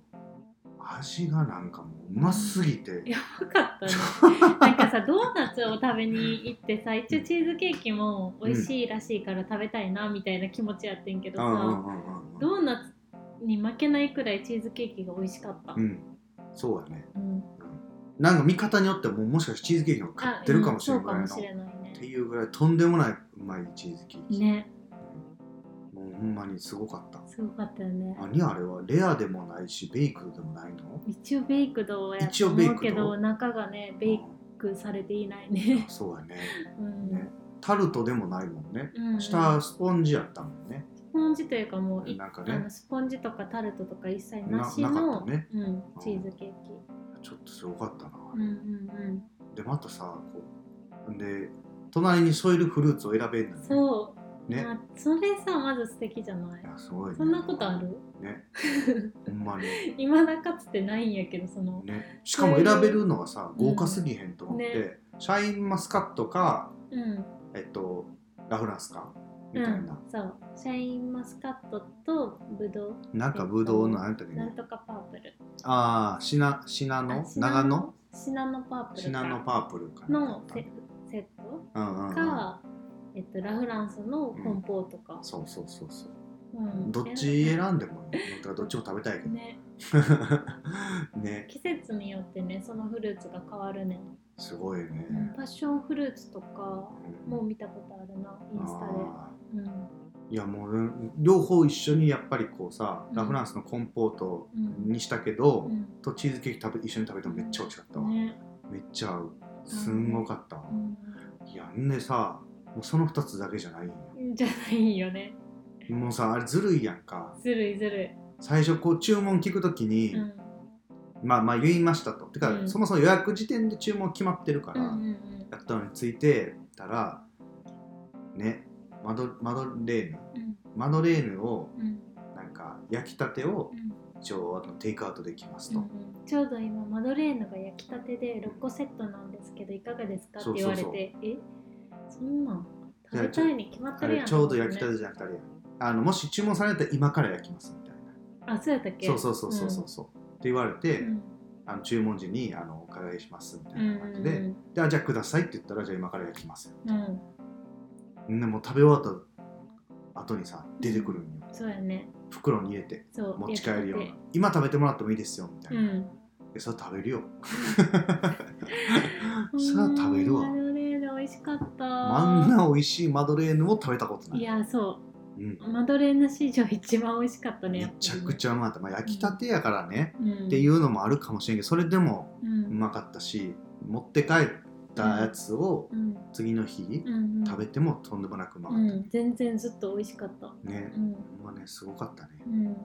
Speaker 2: 味がなんかもううますぎて、
Speaker 1: やばかったね なんかさドーナツを食べに行ってさ一応チーズケーキも美味しいらしいから食べたいなみたいな気持ちやってんけど
Speaker 2: う
Speaker 1: さ、
Speaker 2: んうんうんうんうん
Speaker 1: ドーナツに負けないくらいチーズケーキが美味しかった、
Speaker 2: うんそうだね
Speaker 1: うん
Speaker 2: なんか見方によってはもうもしかしてチーズケーキの方が
Speaker 1: あ
Speaker 2: 買ってるかもしれな
Speaker 1: う
Speaker 2: い
Speaker 1: ん
Speaker 2: ぐらいの
Speaker 1: そうかもしれない
Speaker 2: って
Speaker 1: ね
Speaker 2: いうぐらいとんでもないうまいチーズケーキ、
Speaker 1: ね
Speaker 2: もうほんまにすごかった
Speaker 1: すごかったよね
Speaker 2: 何あれはレアでもないしベイクでもないの
Speaker 1: 一応ベイクドや
Speaker 2: 一
Speaker 1: と
Speaker 2: 応ベイ
Speaker 1: 思
Speaker 2: ク
Speaker 1: う
Speaker 2: ド
Speaker 1: けど中がねベイクされていないね
Speaker 2: あそうやね
Speaker 1: うん、
Speaker 2: ねタルトでもないもんね
Speaker 1: うん、
Speaker 2: 下
Speaker 1: ス
Speaker 2: スポンジやったもんね
Speaker 1: ポンジというかもうい
Speaker 2: なんか
Speaker 1: あ
Speaker 2: ね
Speaker 1: のスポンジとかタルトとか一切なし
Speaker 2: ななか
Speaker 1: の
Speaker 2: ったね
Speaker 1: うん、チーズケーキ、
Speaker 2: ちょっとすごかったな、
Speaker 1: うんうん
Speaker 2: でまたさこうで隣に添えるフルーツを選べるの
Speaker 1: うん、
Speaker 2: ね
Speaker 1: そう、
Speaker 2: ね
Speaker 1: まあ、それさまず素敵じゃない
Speaker 2: いやすごい、ね、
Speaker 1: そんなことある
Speaker 2: ねほんまに
Speaker 1: いまだかつてないんやけどその、
Speaker 2: ねしかも選べるのがさ豪華すぎへんと思って、
Speaker 1: うん
Speaker 2: シャインマスカットか
Speaker 1: うん、
Speaker 2: えっとラフランスかみ
Speaker 1: う
Speaker 2: たい
Speaker 1: ん
Speaker 2: な、、
Speaker 1: そうシャインマスカットとブドウ
Speaker 2: なんかブドウの何やったっけ
Speaker 1: なん
Speaker 2: ね
Speaker 1: とかパープル
Speaker 2: ああシナシナ
Speaker 1: あ
Speaker 2: の
Speaker 1: シナ
Speaker 2: 長野
Speaker 1: シナノパープルか
Speaker 2: シナのパープルかな
Speaker 1: のセセット
Speaker 2: うんうんうん
Speaker 1: か、えっと、ラフランスのコンポートか、
Speaker 2: そうそうそうそう
Speaker 1: うん
Speaker 2: どっち選んでもいいどっちも食べたいけど
Speaker 1: ね
Speaker 2: ね
Speaker 1: 季節によってねそのフルーツが変わるね、
Speaker 2: すごいね、
Speaker 1: うん、パッションフルーツとか
Speaker 2: うん
Speaker 1: もう見たことあるなインスタ
Speaker 2: あ
Speaker 1: で
Speaker 2: ーいやもう両方一緒にやっぱりこうさ、
Speaker 1: うん
Speaker 2: ラフランスのコンポートにしたけど、
Speaker 1: うん、
Speaker 2: とチーズケーキ食べ一緒に食べてもめっちゃ美味しかった
Speaker 1: う
Speaker 2: わ、
Speaker 1: ん、ね、
Speaker 2: めっちゃ合うすんごかったわ、
Speaker 1: う
Speaker 2: いやんでさもうその2つだけじゃないんよ
Speaker 1: ん、じゃないよね
Speaker 2: もうさあれずるいやんか
Speaker 1: ずるいずる
Speaker 2: 最初こう注文聞くとき
Speaker 1: い、
Speaker 2: に、
Speaker 1: うん、
Speaker 2: まあまあ言いましたとてか、
Speaker 1: うん
Speaker 2: そもそも予約時点で注文決まってるから、
Speaker 1: うんうんうん
Speaker 2: やったのについてたらねマドマドレーヌ
Speaker 1: うん
Speaker 2: マドレーヌを
Speaker 1: うん
Speaker 2: なんか焼きたてを
Speaker 1: うん
Speaker 2: 一応あのテイクアウトできます
Speaker 1: う
Speaker 2: と、
Speaker 1: んちょうど今マドレーヌが焼きたてで6個セットなんですけどいかがですかって言われて
Speaker 2: そうそう
Speaker 1: えそんなん食べたいに決まっ
Speaker 2: あ
Speaker 1: てる
Speaker 2: れ
Speaker 1: やん
Speaker 2: ちょうど焼きた
Speaker 1: ね
Speaker 2: てじゃなくてあれやあのもし注文されたら今から焼きますみたい
Speaker 1: あそうやったっけ
Speaker 2: なそうそうそうそうそうそう、って言われて、
Speaker 1: うん
Speaker 2: あの注文時にあのお伺いしますみた
Speaker 1: う
Speaker 2: い
Speaker 1: ん
Speaker 2: な感じで,、であじゃあくださいって言ったらじゃあ今から焼きます
Speaker 1: うんうん
Speaker 2: でもう食べ終わった後にさ出てくるんよ
Speaker 1: そうやね
Speaker 2: 袋に入れて
Speaker 1: そう
Speaker 2: 持ち帰るよう
Speaker 1: 焼
Speaker 2: な
Speaker 1: き
Speaker 2: 今食べてもらってもいいですよみ
Speaker 1: た
Speaker 2: た
Speaker 1: て
Speaker 2: いうな、
Speaker 1: ん
Speaker 2: えそれ食べるよ それは食べるわ
Speaker 1: うんマドレーヌ美味しかった
Speaker 2: あんな美味しいマドレーヌを食べたことない
Speaker 1: いやそ
Speaker 2: うん
Speaker 1: うマドレーヌ史上一番美味しかったね
Speaker 2: め
Speaker 1: やっぱ
Speaker 2: ちゃ
Speaker 1: りね
Speaker 2: くちゃうまかった、まあ、焼きたてやからね、
Speaker 1: うん
Speaker 2: っていうのもあるかもしれんけどそれでも
Speaker 1: うん
Speaker 2: うまかったし持って帰ったやつを
Speaker 1: うん
Speaker 2: 次の日
Speaker 1: うんうん
Speaker 2: 食べてもとんでもなくうまか
Speaker 1: う
Speaker 2: った、
Speaker 1: ん全然ずっと美味しかった
Speaker 2: ね
Speaker 1: うん
Speaker 2: ほんまねすごかったね、
Speaker 1: うん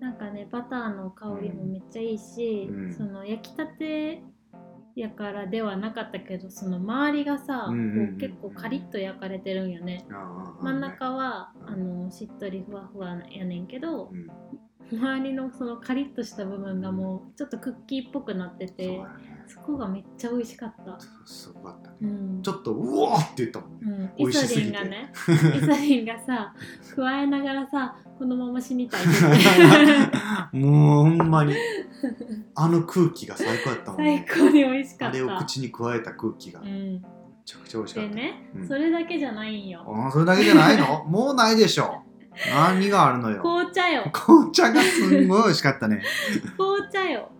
Speaker 1: なんかねバターの香りもめっちゃいいし、
Speaker 2: うん
Speaker 1: その焼きたてやからではなかったけどその周りがさ、
Speaker 2: うんうんうん
Speaker 1: こう結構カリッと焼かれてるんよね、
Speaker 2: あああ
Speaker 1: 真ん中は、
Speaker 2: うん
Speaker 1: あのしっとりふわふわやねんけど
Speaker 2: う、ん、
Speaker 1: 周りのそのカリッとした部分がもうちょっとクッキーっぽくなって
Speaker 2: そう
Speaker 1: て
Speaker 2: やね
Speaker 1: そこがめっちゃ美味しかった、
Speaker 2: すごかったね、
Speaker 1: うん
Speaker 2: ちょっとうおーって言ったもんね、
Speaker 1: うん、
Speaker 2: 美
Speaker 1: イ
Speaker 2: 味し
Speaker 1: ソ
Speaker 2: すぎ
Speaker 1: リ
Speaker 2: て
Speaker 1: ンがねイソリンがさ加えながらさこのまま死にたいって言っ て
Speaker 2: もうほんまにあの空気が最高やったも ん
Speaker 1: 最
Speaker 2: ね
Speaker 1: 高に美味しか
Speaker 2: あ
Speaker 1: った
Speaker 2: れを口に加えた空気が
Speaker 1: う
Speaker 2: め
Speaker 1: ん
Speaker 2: ちゃくちゃ美味しかっ
Speaker 1: で
Speaker 2: た、
Speaker 1: ね、
Speaker 2: うん
Speaker 1: それだけじゃないんよ。
Speaker 2: あーそれだけじゃな いのもうないでしょ何があるのよ
Speaker 1: 紅茶 よ、
Speaker 2: 紅茶がすんごい美味しかったね
Speaker 1: 紅茶よ。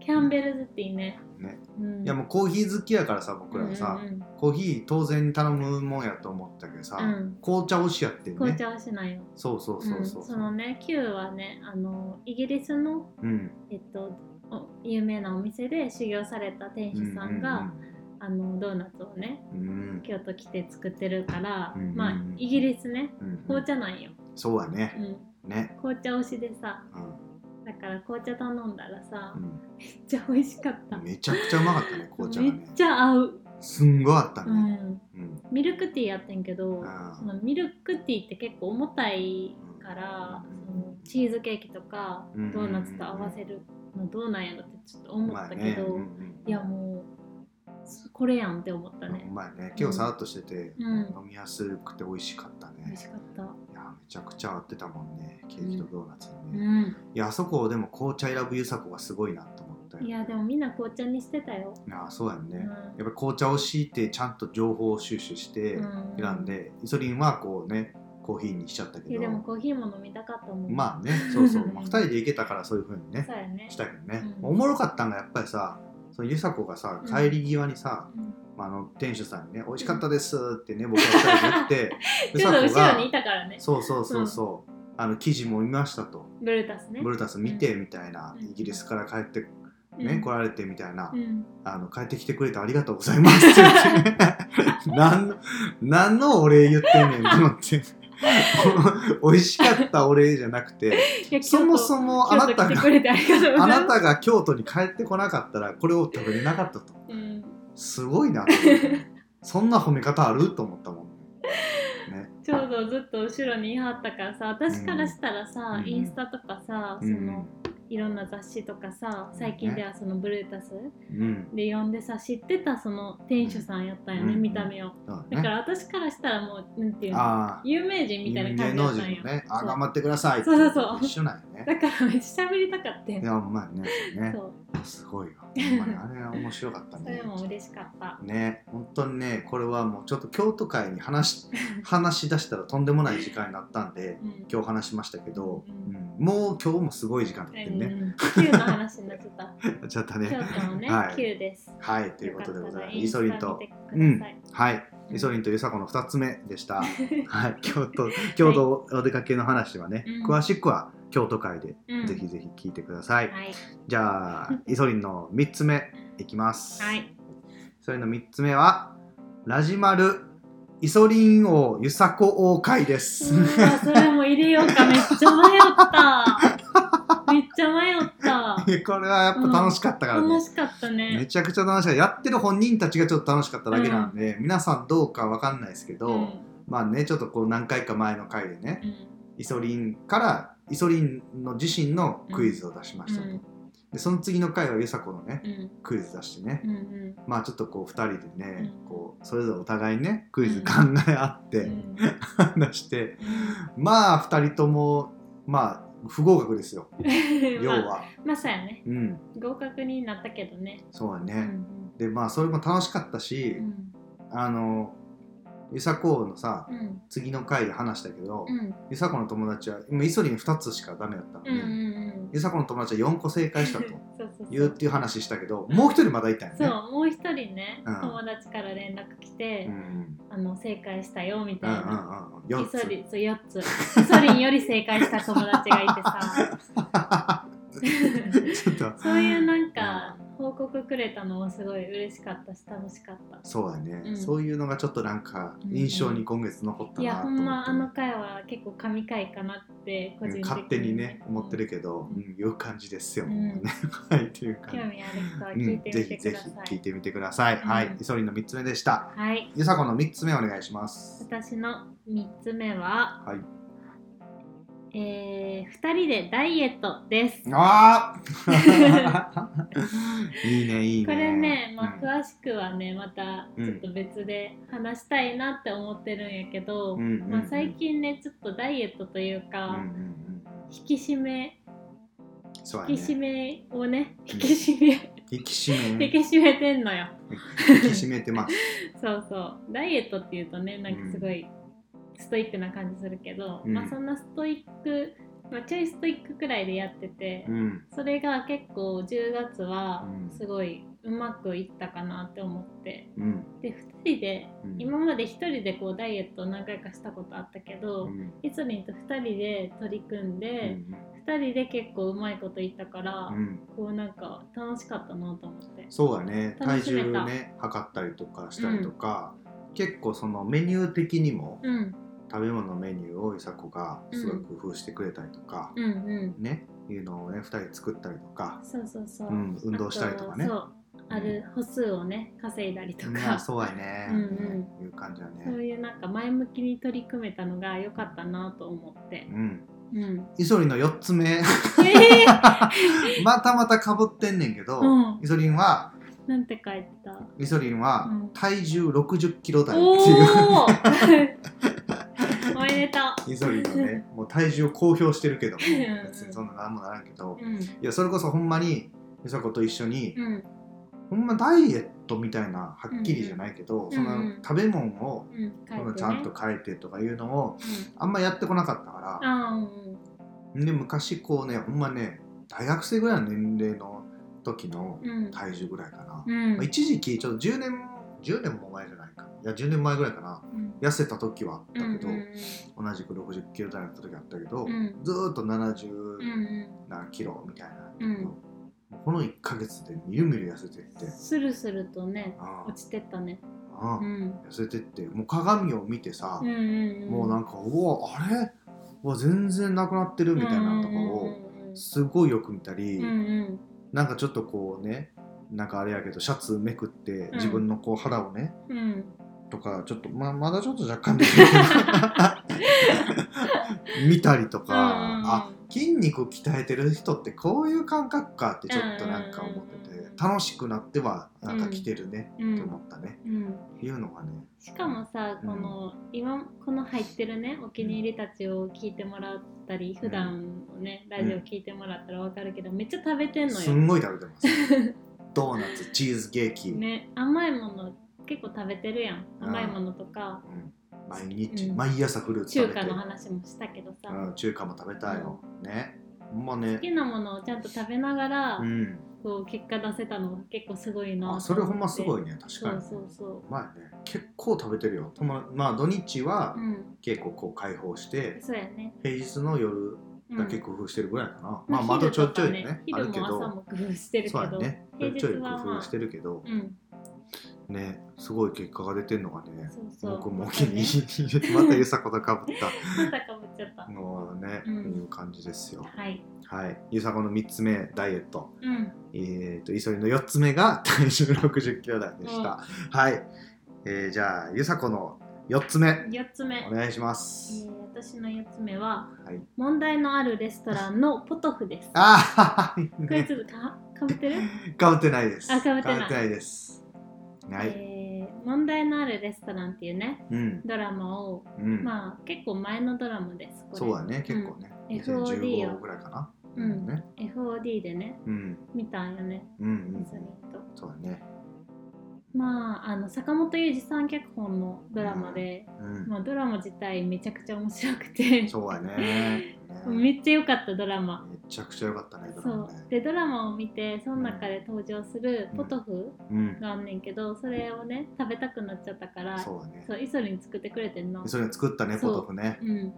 Speaker 1: キャンベルズティーね。
Speaker 2: ね
Speaker 1: うん、
Speaker 2: いやもうコーヒー好きやからさ僕らはさ、
Speaker 1: うんうん
Speaker 2: コーヒー当然頼むもんやと思ったけどさ、
Speaker 1: うんうん
Speaker 2: 紅茶推しやってんね
Speaker 1: 紅茶はしないよ。
Speaker 2: そうそうそうそう、
Speaker 1: ん、そのね、キューはね、あのイギリスの、
Speaker 2: うん
Speaker 1: えっと、お有名なお店で修行された店主さんが、あのドーナツをね、
Speaker 2: うんうんうん、うん
Speaker 1: 京都来て作ってるから、
Speaker 2: うんうんうん
Speaker 1: まあイギリスね、
Speaker 2: うんうん
Speaker 1: 紅茶なんよ。
Speaker 2: そうやね
Speaker 1: う、ん、
Speaker 2: ね、
Speaker 1: 紅茶推しでさ、
Speaker 2: う
Speaker 1: だから紅茶頼んだらさ、
Speaker 2: ん
Speaker 1: めっちゃ美味しかった
Speaker 2: うん。めちゃくちゃうまかったね紅茶
Speaker 1: め
Speaker 2: が
Speaker 1: っ
Speaker 2: ね
Speaker 1: ちゃ合う。
Speaker 2: すんごいあった
Speaker 1: う
Speaker 2: ね、
Speaker 1: ん
Speaker 2: うん
Speaker 1: ミルクティーやってんけど
Speaker 2: あー
Speaker 1: そのミルクティーって結構重たいから、
Speaker 2: うん
Speaker 1: そのチーズケーキとか
Speaker 2: うん
Speaker 1: ドーナツと合わせるのどうなんやろってちょっと思
Speaker 2: ま
Speaker 1: っ
Speaker 2: あ
Speaker 1: た
Speaker 2: ね
Speaker 1: けど、
Speaker 2: うんうん
Speaker 1: いやもうそこれやんって思った
Speaker 2: う
Speaker 1: ね、
Speaker 2: まいね今日さらっとしてて、
Speaker 1: うん
Speaker 2: 飲みやすくて美味しかった
Speaker 1: 美
Speaker 2: ね
Speaker 1: 味しかった
Speaker 2: いやめちゃくちゃ合ってたもんねケーキとドーナツに
Speaker 1: う
Speaker 2: ね、
Speaker 1: ん
Speaker 2: いやあそこでも紅茶選ぶゆさこがすごいなと思ったよ
Speaker 1: いやでもみんな紅茶にしてたよ、
Speaker 2: ああそうやんね、
Speaker 1: う
Speaker 2: やっ
Speaker 1: ん
Speaker 2: ぱり紅茶を敷いてちゃんと情報収集して
Speaker 1: うん
Speaker 2: 選んで、イソリンはこうねコーヒーにしちゃった
Speaker 1: い
Speaker 2: け
Speaker 1: やでも
Speaker 2: ど
Speaker 1: コーヒーも飲みたかったもん
Speaker 2: まあねそ うそう、
Speaker 1: うん
Speaker 2: まあ、2人で行けたからそういうふうにね
Speaker 1: そうやね
Speaker 2: したけどね、
Speaker 1: うん
Speaker 2: おもろかったのがやっぱりさそのゆさこがさ
Speaker 1: うん
Speaker 2: 帰り際にさ、
Speaker 1: うん
Speaker 2: まあ、あの店主さんにね「美味しかったです」ってね僕が二人で言って ゆ
Speaker 1: ちょ
Speaker 2: さ
Speaker 1: っと
Speaker 2: こ
Speaker 1: 後
Speaker 2: が
Speaker 1: ろにいたからね
Speaker 2: そうそうそうそう、あの記事も見ましたと
Speaker 1: ブルータスね
Speaker 2: ブルータス見てみたいな、
Speaker 1: うん
Speaker 2: イギリスから帰ってね、
Speaker 1: うん
Speaker 2: 来られてみたいな、
Speaker 1: うん
Speaker 2: あの帰ってきてくれてありがとうございますって言って 何の何のお礼言ってんねんと思って 美味しかったお礼じゃなくて
Speaker 1: いや
Speaker 2: そもそもあ
Speaker 1: 京
Speaker 2: な
Speaker 1: 都
Speaker 2: た
Speaker 1: 来て
Speaker 2: が
Speaker 1: くれてありがとうござ
Speaker 2: あ
Speaker 1: います
Speaker 2: なたが京都に帰ってこなかったらこれを食べれなかったと
Speaker 1: うん
Speaker 2: すごいなと思 ってそんな褒め方あると思ったもんね
Speaker 1: ちょうどずっと後ろにいはったからさ私からしたらさ、
Speaker 2: うん
Speaker 1: インスタとかさ、
Speaker 2: うん
Speaker 1: そのいろんな雑誌とかさ最近ではそのブルータス
Speaker 2: うん
Speaker 1: で呼んでさ知ってたその店主さんやったよね、
Speaker 2: うん
Speaker 1: 見た目を
Speaker 2: そ
Speaker 1: だ
Speaker 2: うだ
Speaker 1: か
Speaker 2: ね
Speaker 1: ら私からしたらもうなんていうの
Speaker 2: ああ
Speaker 1: 有名人みたいな感じだった
Speaker 2: 芸能
Speaker 1: ん
Speaker 2: 人
Speaker 1: よ、
Speaker 2: もねあ
Speaker 1: そう
Speaker 2: 頑張ってくださいって
Speaker 1: そうそうそう
Speaker 2: 一緒なんよね
Speaker 1: だからめっちゃ喋りたかった
Speaker 2: い
Speaker 1: よ
Speaker 2: やまあねそうね
Speaker 1: そう
Speaker 2: すごいよほんまにあれは面白かった
Speaker 1: それ
Speaker 2: ね
Speaker 1: も嬉しかった
Speaker 2: ね本当にねこれはもうちょっと京都会に話し話し出したらとんでもない時間になったんで
Speaker 1: うん
Speaker 2: 今日話しましたけど、
Speaker 1: うん
Speaker 2: うんもう今日もすごい時間
Speaker 1: う
Speaker 2: 経ってる
Speaker 1: ん
Speaker 2: ね、
Speaker 1: Q の話になっちゃっ た。
Speaker 2: やっちゃった
Speaker 1: 京
Speaker 2: ね
Speaker 1: 都のね、
Speaker 2: はい
Speaker 1: Q です。
Speaker 2: はいということでございます
Speaker 1: よ
Speaker 2: イソ
Speaker 1: かっ
Speaker 2: リ
Speaker 1: た
Speaker 2: ン
Speaker 1: ら
Speaker 2: と
Speaker 1: インスタ見てください
Speaker 2: はいイソリンとユサコの2つ目 でしたはい京都京都お出かけの話はね、
Speaker 1: うん
Speaker 2: 詳しくは京都会で
Speaker 1: うん
Speaker 2: ぜひぜひ聞いてください、
Speaker 1: はい。
Speaker 2: じゃあ、イソリンの3つ目いきます。
Speaker 1: はい。
Speaker 2: それの3つ目は、ラジマルイソリン王ユサコ王会です。
Speaker 1: うわそれも入れようかめっちゃ迷っためっちゃ迷った
Speaker 2: いや これはやっぱ楽しかったからね、
Speaker 1: 楽しかったね
Speaker 2: めちゃくちゃ楽しかったやってる本人たちがちょっと楽しかっただけなんで、皆さんどうかわかんないですけど、
Speaker 1: うん
Speaker 2: まあねちょっとこう何回か前の回でね
Speaker 1: うん
Speaker 2: イソリンからイソリンの自身のクイズを出しましたと、でその次の回はユサコのね
Speaker 1: うん
Speaker 2: クイズ出してね、
Speaker 1: うんうん
Speaker 2: まあちょっとこう2人でね、
Speaker 1: うん
Speaker 2: こうそれぞれお互いねクイズ
Speaker 1: うん
Speaker 2: 考え合って、
Speaker 1: うん
Speaker 2: 話してまあ2人ともまあ不合格ですよ
Speaker 1: うん
Speaker 2: 要
Speaker 1: まあ、
Speaker 2: は、
Speaker 1: まあそうやね
Speaker 2: うん
Speaker 1: 合格になったけどね
Speaker 2: そうだ
Speaker 1: う
Speaker 2: ね、
Speaker 1: ん
Speaker 2: でまあそれも楽しかったし
Speaker 1: う、ん
Speaker 2: あのゆさこのさ
Speaker 1: うん
Speaker 2: 次の回で話したけど、
Speaker 1: うん
Speaker 2: ゆさこの友達は今イソリン2つしかダメだったの
Speaker 1: う
Speaker 2: で、
Speaker 1: んうんうん
Speaker 2: ゆさこの友達は4個正解したと
Speaker 1: そうそう
Speaker 2: 言うっていう話したけどもう一人まだいたよね
Speaker 1: そうもう一人ね、
Speaker 2: うん
Speaker 1: 友達から連絡来て、
Speaker 2: うん
Speaker 1: あの正解したよみ
Speaker 2: う
Speaker 1: た
Speaker 2: ん
Speaker 1: い
Speaker 2: うん
Speaker 1: な。
Speaker 2: うんうん
Speaker 1: イ
Speaker 2: 4つ
Speaker 1: ソリンそう4つイソリンより正解した友達がいて さ
Speaker 2: ちょっと
Speaker 1: そういうなんか報告くれたのもすごい嬉しかったし楽しかった
Speaker 2: そうだね、
Speaker 1: うん
Speaker 2: そういうのがちょっとなんか印象に今月残った
Speaker 1: いや
Speaker 2: なと
Speaker 1: ほ
Speaker 2: 思って、
Speaker 1: んまあの回は結構神回かなって個
Speaker 2: うん
Speaker 1: 人的に、
Speaker 2: 勝手にね思ってるけど、
Speaker 1: う
Speaker 2: うんん、いう感じですよ、
Speaker 1: うん
Speaker 2: もうね はいという
Speaker 1: 興
Speaker 2: 感
Speaker 1: 味ある人は
Speaker 2: じ、う
Speaker 1: 聞い
Speaker 2: ん、
Speaker 1: て
Speaker 2: ぜ
Speaker 1: みて
Speaker 2: ひ
Speaker 1: く
Speaker 2: ぜ
Speaker 1: ださ
Speaker 2: ひ聞い
Speaker 1: い、
Speaker 2: てみてください、は
Speaker 1: うん
Speaker 2: いイソリンの3つ目でした
Speaker 1: はい
Speaker 2: ゆさこの3つ目お願いします
Speaker 1: 私の3つ目は、
Speaker 2: はい
Speaker 1: えー、2人でダイエットです
Speaker 2: あ あいいねいいね
Speaker 1: これね、まあ、
Speaker 2: あ
Speaker 1: 詳しくはねまたちょっと別で話したいなって思ってるんやけど、まあ、最近ねちょっとダイエットという
Speaker 2: うんうん
Speaker 1: か、
Speaker 2: うん
Speaker 1: 引き締め
Speaker 2: そうやね
Speaker 1: 引き締めをね
Speaker 2: うん
Speaker 1: 引き締め、
Speaker 2: 引き締め
Speaker 1: 引き締めてんのよ
Speaker 2: 引き締めてます
Speaker 1: そうそうダイエットっていうとねなんかすごいストイックな感じするけど、
Speaker 2: うん
Speaker 1: まあそんなストイック、まあ、ちょいストイックくらいでやってて、
Speaker 2: うん
Speaker 1: それが結構10月は
Speaker 2: うん
Speaker 1: すごいうまくいったかなって思って
Speaker 2: うん
Speaker 1: で2人で
Speaker 2: うん
Speaker 1: 今まで1人でこうダイエットを何回かしたことあったけ
Speaker 2: う
Speaker 1: ど、
Speaker 2: ん
Speaker 1: イソリンと2人で取り組ん
Speaker 2: う
Speaker 1: で、
Speaker 2: ん
Speaker 1: 2人で結構うまいこといったから、
Speaker 2: うん
Speaker 1: こうなんか楽しかったなと思って。
Speaker 2: そうだね
Speaker 1: 楽
Speaker 2: 体
Speaker 1: しめた
Speaker 2: 重ね測ったりとかしたりとか、結構そのメニュー的にも
Speaker 1: うん
Speaker 2: 食べ物のメニューをいさこがすごい工夫してくれたりとか、
Speaker 1: うんうん
Speaker 2: ねいうのをね2人作ったりとか、
Speaker 1: そうそうそう、
Speaker 2: うん、運動したりとかね
Speaker 1: あそうある歩数をね稼いだりと
Speaker 2: ね
Speaker 1: か、
Speaker 2: そうやね、
Speaker 1: うん
Speaker 2: いう感じだね
Speaker 1: そういうなんか前向きに取り組めたのが良かったなと思って
Speaker 2: う、ん
Speaker 1: うん、
Speaker 2: イソリンの4つ目
Speaker 1: えー、
Speaker 2: またまたかぶってんねんけど、
Speaker 1: うん
Speaker 2: イソリンは
Speaker 1: なんて書いてた
Speaker 2: イソリンは
Speaker 1: うん
Speaker 2: 体重60キロ台っていう、
Speaker 1: おおおめでと
Speaker 2: イソリンのねもう体重を公表してるけども
Speaker 1: うん
Speaker 2: 別にそんな何もならんけど、
Speaker 1: ううん
Speaker 2: いやそれこそほんまに美佐子と一緒に、
Speaker 1: うん
Speaker 2: ほんまダイエットみたいなはっきりじゃないけど、
Speaker 1: ん
Speaker 2: そ
Speaker 1: うんう
Speaker 2: の
Speaker 1: ん
Speaker 2: 食べ物を、
Speaker 1: うん書いてね
Speaker 2: ちゃんと変えてとかいうのを
Speaker 1: う
Speaker 2: あんまやってこなかったか
Speaker 1: ん、あーうん
Speaker 2: らで昔こうねほんまね大学生ぐらいの年齢の時の
Speaker 1: うん
Speaker 2: 体重ぐらいかな、
Speaker 1: うん
Speaker 2: まあ一時期ちょっと10年10年も前じゃないかいや10年前ぐらいかな
Speaker 1: うん
Speaker 2: 痩せた時はあったけど、
Speaker 1: うん
Speaker 2: 同じく60キロ台だった時あったけど、
Speaker 1: うん
Speaker 2: ずーっと
Speaker 1: うん
Speaker 2: 70
Speaker 1: うん
Speaker 2: 何キロみたいな、
Speaker 1: う
Speaker 2: も
Speaker 1: ん
Speaker 2: うこの1ヶ月でみるみる痩せてって
Speaker 1: スルスルとね
Speaker 2: あ
Speaker 1: 落ちてったね
Speaker 2: あ、
Speaker 1: うん
Speaker 2: 痩せてってもう鏡を見てさ、
Speaker 1: うんうんうん
Speaker 2: もうなんかうわあれうわ全然なくなってるみたいなのとか
Speaker 1: うん
Speaker 2: を
Speaker 1: うんうん
Speaker 2: すごいよく見たり、
Speaker 1: うん
Speaker 2: なんかちょっとこうねなんかあれやけどシャツめくって
Speaker 1: ん
Speaker 2: 自分のこう肌をね、
Speaker 1: うんうん
Speaker 2: とかちょっとままだちょっと若干見てるけど 見たりとか、
Speaker 1: うんうん
Speaker 2: あ筋肉鍛えてる人ってこういう感覚かってちょっとなんか思ってて、
Speaker 1: うんうんうん
Speaker 2: 楽しくなってはなんか来てるね
Speaker 1: うん
Speaker 2: って思ったね、
Speaker 1: うん
Speaker 2: いうのがね
Speaker 1: しかもさ
Speaker 2: うん
Speaker 1: この、今この入ってるねお気に入りたちを聞いてもらったり普段のね、ラジオ聞いてもらったらわかるけどめっちゃ食べてんの
Speaker 2: す
Speaker 1: よ、
Speaker 2: んごい食べてます ドーナツチーズケーキ、
Speaker 1: ね、甘いもの結構食べてるやん甘いものとか
Speaker 2: うん毎日、
Speaker 1: うん
Speaker 2: 毎朝フルーツ
Speaker 1: 中
Speaker 2: 食べて
Speaker 1: 華の話もしたけどさ、
Speaker 2: うん、中華も食べたいよ、ねほんまね
Speaker 1: 好きなものをちゃんと食べながら、
Speaker 2: うん
Speaker 1: こう結果出せたのが結構すごいなと思
Speaker 2: あ
Speaker 1: って
Speaker 2: それほんますごいね確
Speaker 1: そ
Speaker 2: かに
Speaker 1: うそうそう
Speaker 2: 前ね結構食べてるよたままあ土日は
Speaker 1: うん
Speaker 2: 結構こう解放して、
Speaker 1: そうやね、
Speaker 2: 平日の夜
Speaker 1: うん、
Speaker 2: だけ工夫してるぐらいかな、
Speaker 1: ま
Speaker 2: ま
Speaker 1: あ
Speaker 2: あまだちょいちょいねあ
Speaker 1: 昼
Speaker 2: る
Speaker 1: と
Speaker 2: け
Speaker 1: かね昼も朝
Speaker 2: ど
Speaker 1: も工夫してるけ
Speaker 2: そうや
Speaker 1: ど
Speaker 2: ねち
Speaker 1: 平
Speaker 2: ょい
Speaker 1: 日
Speaker 2: ちょい
Speaker 1: はまあ
Speaker 2: 工夫してるけど、
Speaker 1: うん
Speaker 2: ねすごい結果が出てんのがね
Speaker 1: そうそう
Speaker 2: 僕もお気に入りでまたゆさことかぶった
Speaker 1: またかぶっっちゃった。
Speaker 2: もうね、
Speaker 1: うん
Speaker 2: いう感じですよ。
Speaker 1: はい。
Speaker 2: はい。ゆさこの3つ目、ダイエット。
Speaker 1: うん。
Speaker 2: えー、と、いそりの4つ目が体重60キロ台でした。はい。えー、じゃあ、ゆさこの4つ目、
Speaker 1: 4つ目。
Speaker 2: お願いしま
Speaker 1: え
Speaker 2: す。
Speaker 1: ー私の4つ目は、
Speaker 2: はい
Speaker 1: 問題のあるレストランのポトフです。こ
Speaker 2: あー、
Speaker 1: れ
Speaker 2: ね、
Speaker 1: ちょっとかかぶってる、
Speaker 2: かぶってないです。
Speaker 1: あ被ってない
Speaker 2: 被ってないです。はい。
Speaker 1: えー問題のあるレストランっていうね、
Speaker 2: うん。
Speaker 1: ドラマを、
Speaker 2: うん。
Speaker 1: まあ結構前のドラマです。これ
Speaker 2: そうだね、結構ね。
Speaker 1: うん
Speaker 2: 2015ぐらいかな。
Speaker 1: うん
Speaker 2: ね。
Speaker 1: FOD でね、
Speaker 2: うん。
Speaker 1: 見たんよね、
Speaker 2: うんう
Speaker 1: ず
Speaker 2: ん
Speaker 1: っ。と。
Speaker 2: そうだね。
Speaker 1: まあ、あの坂本龍二さん脚本のドラマで、
Speaker 2: うん。
Speaker 1: まあ、ドラマ自体めちゃくちゃ面白くて、
Speaker 2: そうだ ね。ね
Speaker 1: めっちゃ良かったドラマ。
Speaker 2: めちゃくちゃ良かったね、ド
Speaker 1: そ
Speaker 2: ラマ
Speaker 1: う
Speaker 2: ね。
Speaker 1: でドラマを見てその中で登場するポトフ
Speaker 2: うん。
Speaker 1: があんねんけどそれをね食べたくなっちゃったから
Speaker 2: そうだね。
Speaker 1: そうイソリン作ってくれてんの
Speaker 2: それを作ったね、
Speaker 1: そ
Speaker 2: ポ
Speaker 1: う
Speaker 2: トフね。
Speaker 1: うん
Speaker 2: うん。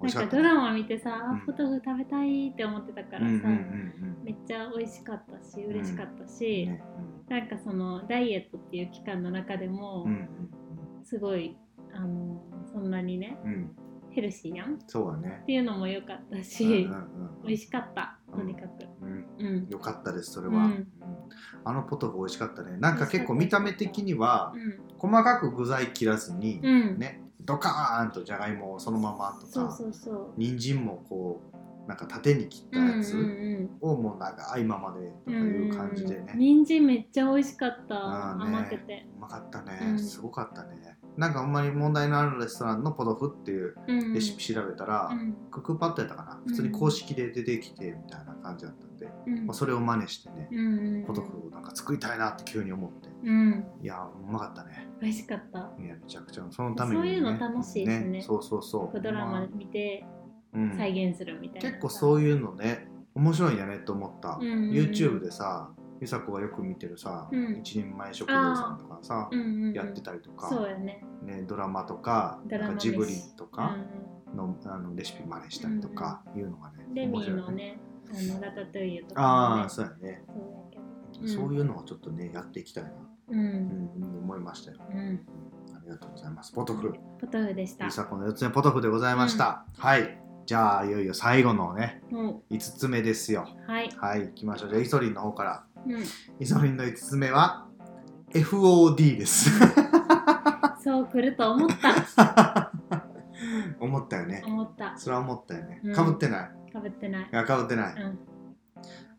Speaker 2: 美
Speaker 1: なん
Speaker 2: 味しか
Speaker 1: か
Speaker 2: った
Speaker 1: ド
Speaker 2: ね。
Speaker 1: ラマ見てさ、あ
Speaker 2: うん
Speaker 1: ポトフ食べたいって思ってたからさ、
Speaker 2: うんうんうん
Speaker 1: めっちゃ美味しかったし嬉しかったし、
Speaker 2: うん。ね
Speaker 1: なんかそのダイエットっていう期間の中でも
Speaker 2: うんうん
Speaker 1: すごいあのそんなにね
Speaker 2: うんうん。
Speaker 1: ヘルシーやんっ
Speaker 2: そうだね。
Speaker 1: ていうのも良かったし、
Speaker 2: うんうんうん
Speaker 1: 美味しかったとにかく
Speaker 2: うん
Speaker 1: うん
Speaker 2: よかったです、それは。
Speaker 1: うん
Speaker 2: うんあのポトフ美味しかったね。なんか結構見た目的には
Speaker 1: う、
Speaker 2: 細かく具材切らずに、
Speaker 1: んうん、
Speaker 2: ね、ドカーンとじゃがいもをそのままと
Speaker 1: そう
Speaker 2: か、
Speaker 1: そうそう
Speaker 2: 人参もこう、なんか縦に切ったや
Speaker 1: うんう
Speaker 2: つ
Speaker 1: ん
Speaker 2: をもう長いままでとかいう感じで
Speaker 1: うんうん
Speaker 2: ね
Speaker 1: うん。人参めっちゃ美味しかった、
Speaker 2: あーね
Speaker 1: 甘くて、
Speaker 2: うまかったね、
Speaker 1: うん
Speaker 2: すごかったねなんかほんまに問題のあるレストランのポトフっていう
Speaker 1: うんうん、
Speaker 2: レシピ調べたら、
Speaker 1: うん
Speaker 2: クックパッドやったかな普通に公式で出てきてみたいな感じだったんで、
Speaker 1: うん
Speaker 2: まあ、それを真似してね、
Speaker 1: うんうん
Speaker 2: ポトフをなんか作りたいなって急に思って
Speaker 1: うん
Speaker 2: いやうまかったね
Speaker 1: 美味しかった
Speaker 2: いやめちゃくちゃそのために、ね、
Speaker 1: そういうの楽しいしね
Speaker 2: そうそうそう
Speaker 1: ドラマ見て
Speaker 2: うん
Speaker 1: 再現するみたいな、
Speaker 2: 結構そう
Speaker 1: いう
Speaker 2: いうのね面白いんやねと思った、
Speaker 1: うんうんうん
Speaker 2: YouTube でさゆさこがよく見てるさ、
Speaker 1: うん
Speaker 2: 一人前食堂さんとかさ、
Speaker 1: うんうんうん、
Speaker 2: やってたりとか、
Speaker 1: そうよね
Speaker 2: ね、ドラマとか
Speaker 1: ドラ
Speaker 2: な
Speaker 1: マ
Speaker 2: んか
Speaker 1: 飯
Speaker 2: ジブリとか
Speaker 1: う
Speaker 2: の,、あのレシピ真似したりとかいうのがね、
Speaker 1: ん、レミ
Speaker 2: 面
Speaker 1: ー
Speaker 2: 白い
Speaker 1: のねあのラタトゥイユとかも
Speaker 2: あ
Speaker 1: ね
Speaker 2: あそうやね、
Speaker 1: そうやけどうん
Speaker 2: そういうのをちょっとねやっていきたいな、
Speaker 1: う
Speaker 2: うん
Speaker 1: ん、
Speaker 2: 思いましたよ、
Speaker 1: うん、
Speaker 2: うんありがとうございますポトフ
Speaker 1: ポトフでした
Speaker 2: ゆさこの四つ目ポトフでございました、はいじゃあいよいよ最後のね
Speaker 1: も
Speaker 2: 5つ目ですよ
Speaker 1: うはい、
Speaker 2: はい行きましょうじゃあイソリンの方から
Speaker 1: うん、
Speaker 2: イソリンの5つ目は FOD です
Speaker 1: そう来ると思った
Speaker 2: 思ったよね
Speaker 1: 思った
Speaker 2: それは思ったよね
Speaker 1: うん
Speaker 2: かぶってない
Speaker 1: かぶってない
Speaker 2: いやかぶってない、
Speaker 1: うん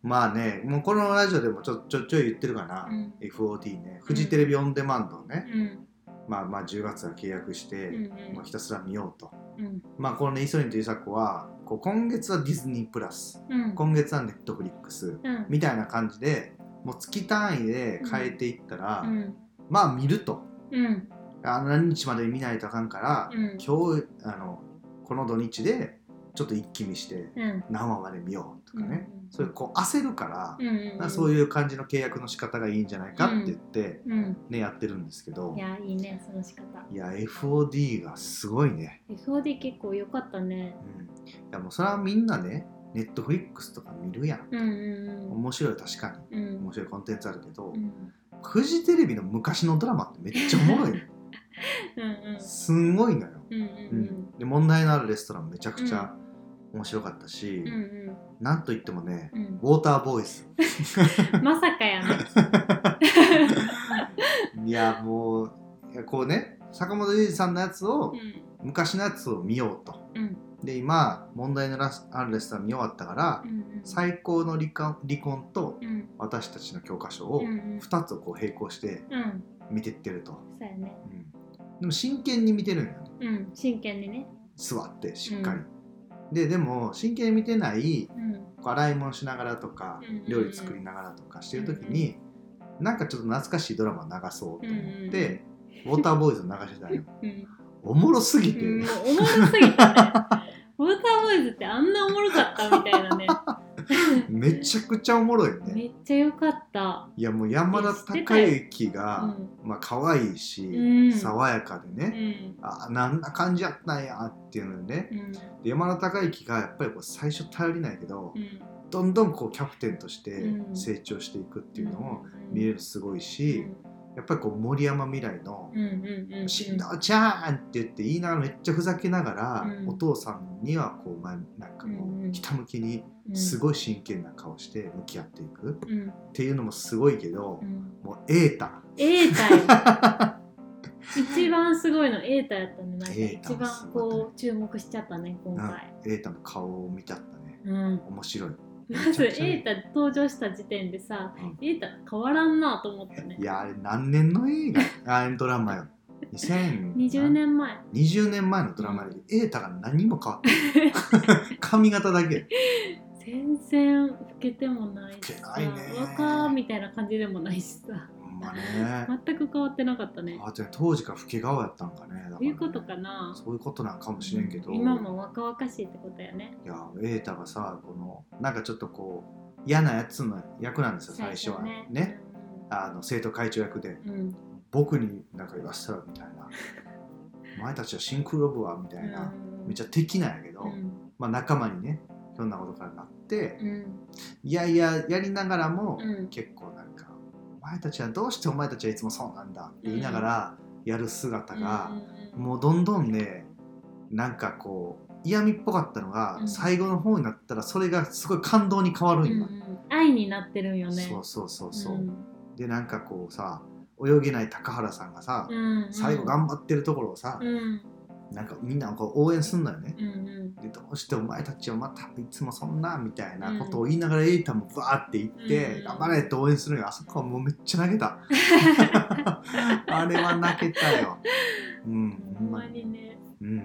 Speaker 2: まあねもうこのラジオでもちょちょちょい言ってるかな、
Speaker 1: うん
Speaker 2: FOD ねフジテレビオンデマンドを
Speaker 1: う
Speaker 2: ね、
Speaker 1: ん
Speaker 2: まあまあ10月は契約して、
Speaker 1: うんうん
Speaker 2: もうひたすら見ようと
Speaker 1: うん
Speaker 2: まあこのねイソリンとイサコはこう今月はディズニープラス
Speaker 1: うん
Speaker 2: 今月はネットフリックス
Speaker 1: うん
Speaker 2: みたいな感じでもう月単位で変えていったら、
Speaker 1: うん
Speaker 2: まあ見ると
Speaker 1: うん
Speaker 2: あ何日までに見ないとあかんから、
Speaker 1: うん
Speaker 2: 今日あのこの土日でちょっと一気見して
Speaker 1: うん
Speaker 2: 何話まで見ようとかね、
Speaker 1: うんうん
Speaker 2: そういうこう焦るから、
Speaker 1: うんうん
Speaker 2: まあそう
Speaker 1: い
Speaker 2: いう感じの契約の仕方がいいんじゃないかって言って、
Speaker 1: うん、うん
Speaker 2: ねやってるんですけど
Speaker 1: いやいいねその仕方
Speaker 2: いや FOD がすごいね、
Speaker 1: FOD 結構良かったね
Speaker 2: うん、いやもうそれはみんなねネットフリックスとか見るやん、
Speaker 1: うんうん
Speaker 2: 面白い確か
Speaker 1: うんうん
Speaker 2: に面白いコンテンツあるけど、
Speaker 1: うん
Speaker 2: フジテレビの昔のドラマってめっちゃおも ろいの
Speaker 1: うん
Speaker 2: すんごいのよ、
Speaker 1: うんうんうん
Speaker 2: で問題のあるレストランめちゃくちゃ面白かったし、
Speaker 1: うんうん
Speaker 2: なんといってもね
Speaker 1: うん
Speaker 2: ウォーターボーイズ
Speaker 1: まさか やね
Speaker 2: いやもういやこうね坂本龍二さんのやつを、
Speaker 1: うん
Speaker 2: 昔のやつを見ようと
Speaker 1: うん
Speaker 2: で今問題のラスあるレストラン見終わったから、
Speaker 1: うん
Speaker 2: 最高の離婚離婚と
Speaker 1: うん
Speaker 2: 私たちの教科書
Speaker 1: う
Speaker 2: を
Speaker 1: んうん
Speaker 2: 2つをこう並行して
Speaker 1: うん
Speaker 2: 見てってると、
Speaker 1: そうやね
Speaker 2: うんでも真剣に見てるんよね
Speaker 1: うん真剣にね
Speaker 2: 座ってしっかり、ででも真剣に見てない
Speaker 1: うん
Speaker 2: こう洗い物しながらとか、
Speaker 1: うんうんうん
Speaker 2: 料理作りながらとかしてる時に、なんかちょっと懐かしいドラマ流そうと思って、ウォーターボーイズを流してたのよ
Speaker 1: うん
Speaker 2: おもろすぎて、
Speaker 1: うんもうおもろすぎたねウォーターボーイズってあんなおもろかったみたいなね
Speaker 2: めちゃくちゃおもろいよ ね
Speaker 1: めっちゃ良かった
Speaker 2: いやもう山田孝之が、
Speaker 1: うん
Speaker 2: まあ可愛いし、
Speaker 1: うん
Speaker 2: 爽やかで
Speaker 1: う
Speaker 2: ね、
Speaker 1: ん
Speaker 2: ああなんな感じやったんやっていうのでね、
Speaker 1: うん
Speaker 2: で山田孝之がやっぱりこう最初頼りないけど、
Speaker 1: うん
Speaker 2: どんどんこうキャプテンとして
Speaker 1: うん
Speaker 2: 成長していくっていうのを
Speaker 1: ん
Speaker 2: 見れるすごいし、やっぱりこう森山未来の
Speaker 1: うんうんうんう
Speaker 2: 「
Speaker 1: ん
Speaker 2: しんどちゃーん!」って言って言いながらめっちゃふざけながら、
Speaker 1: うん
Speaker 2: お父さんにはこう、まあ、なんかこ
Speaker 1: うんう
Speaker 2: うんひたむきに
Speaker 1: うん
Speaker 2: すごい真剣な顔して向き合っていく
Speaker 1: うん
Speaker 2: っていうのもすごいけど
Speaker 1: う、ん
Speaker 2: もう瑛太
Speaker 1: エータイ一番すごいのエータイやったねなんか
Speaker 2: エータ
Speaker 1: 一
Speaker 2: もす
Speaker 1: 番
Speaker 2: ごかったね
Speaker 1: こう注目しちゃったね今回
Speaker 2: 瑛太の顔を見たったね
Speaker 1: うん
Speaker 2: 面白い
Speaker 1: ま
Speaker 2: めち
Speaker 1: ず
Speaker 2: ゃくちゃ
Speaker 1: エータ登場した時点でさ
Speaker 2: うん
Speaker 1: エータ変わらんなと思ったね
Speaker 2: いやあれ何年の映画あドラマ よ2000
Speaker 1: 20年前
Speaker 2: 20年前のドラマで瑛太が何も変わってない 髪型だけ
Speaker 1: 全然老けてもないし
Speaker 2: 老
Speaker 1: さ
Speaker 2: けないね
Speaker 1: 若ーみたいな感じでもないしさ
Speaker 2: ほんまね
Speaker 1: 全く変わってなかったね
Speaker 2: あでも当時から老け顔やったんかねだからね
Speaker 1: そういうことかな
Speaker 2: そういうことなんかもしれんけど、
Speaker 1: 今も若々しいってことやね
Speaker 2: いや瑛太がさこのなんかちょっとこう嫌なやつの役なんですよ最初はねあの生徒会長役で
Speaker 1: うんうん
Speaker 2: 僕になんか言わせたらみたい なお前たちはシンクロ部はみた
Speaker 1: う
Speaker 2: いな、
Speaker 1: ん
Speaker 2: めっちゃ敵なんやけど、
Speaker 1: うん
Speaker 2: まあ、仲間にねひょんなことからなって、
Speaker 1: うん
Speaker 2: いやいややりながらも、
Speaker 1: うん
Speaker 2: 結構なんか「お前たちはどうしてお前たちはいつもそうなんだ」って言いながらやる姿が、
Speaker 1: うん
Speaker 2: もうどんどんねなんかこう嫌味っぽかったのが、
Speaker 1: うん
Speaker 2: 最後の方になったらそれがすごい感動に変わるん
Speaker 1: うんう
Speaker 2: よ、
Speaker 1: ん愛になってるんよね
Speaker 2: そうそうそうそう、
Speaker 1: ん
Speaker 2: でなんかこうさ泳げない高原さんがさ、
Speaker 1: うんうん
Speaker 2: 最後頑張ってるところをさ
Speaker 1: う、ん
Speaker 2: なんかみんなこう応援すんのよね、
Speaker 1: うんうん
Speaker 2: でどうしてお前たちをまたいつもそんなみたいなことを言いながらエイタもバーって言って、
Speaker 1: うん
Speaker 2: 頑張れって応援するのよあそこはもうめっちゃ泣けた あれは泣けたようん
Speaker 1: ほんまにね
Speaker 2: うんい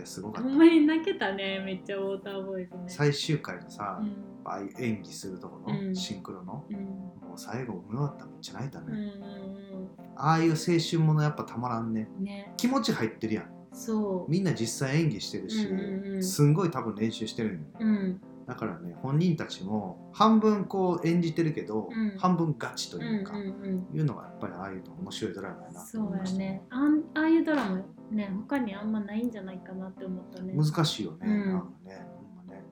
Speaker 2: やすごかっ
Speaker 1: ほ
Speaker 2: た
Speaker 1: んまに泣けたねめっちゃウォーターボーイズね
Speaker 2: 最終回のさ、
Speaker 1: うん
Speaker 2: ああいう演技するところの、
Speaker 1: うん
Speaker 2: シンクロの
Speaker 1: うん
Speaker 2: もう最後無かっためっちゃ泣いたね、
Speaker 1: うんうん
Speaker 2: ああいう青春ものやっぱたまらんね
Speaker 1: うんね
Speaker 2: 気持ち入ってるやん
Speaker 1: そう
Speaker 2: みんな実際演技してるし、
Speaker 1: うんうんうん
Speaker 2: すんごい多分練習してるんよね
Speaker 1: うん
Speaker 2: だからね本人たちも半分こう演じてるけど、
Speaker 1: うん
Speaker 2: 半分ガチと
Speaker 1: うん
Speaker 2: いうか、
Speaker 1: うん
Speaker 2: いうのがやっぱりああいうの面白いドラマや
Speaker 1: うん
Speaker 2: なと
Speaker 1: そう
Speaker 2: 思い
Speaker 1: や
Speaker 2: ました
Speaker 1: ねあんああいうドラマね他にあんまないんじゃないかなって思ったね
Speaker 2: 難しいよね、
Speaker 1: うん
Speaker 2: なんかねほんまね,、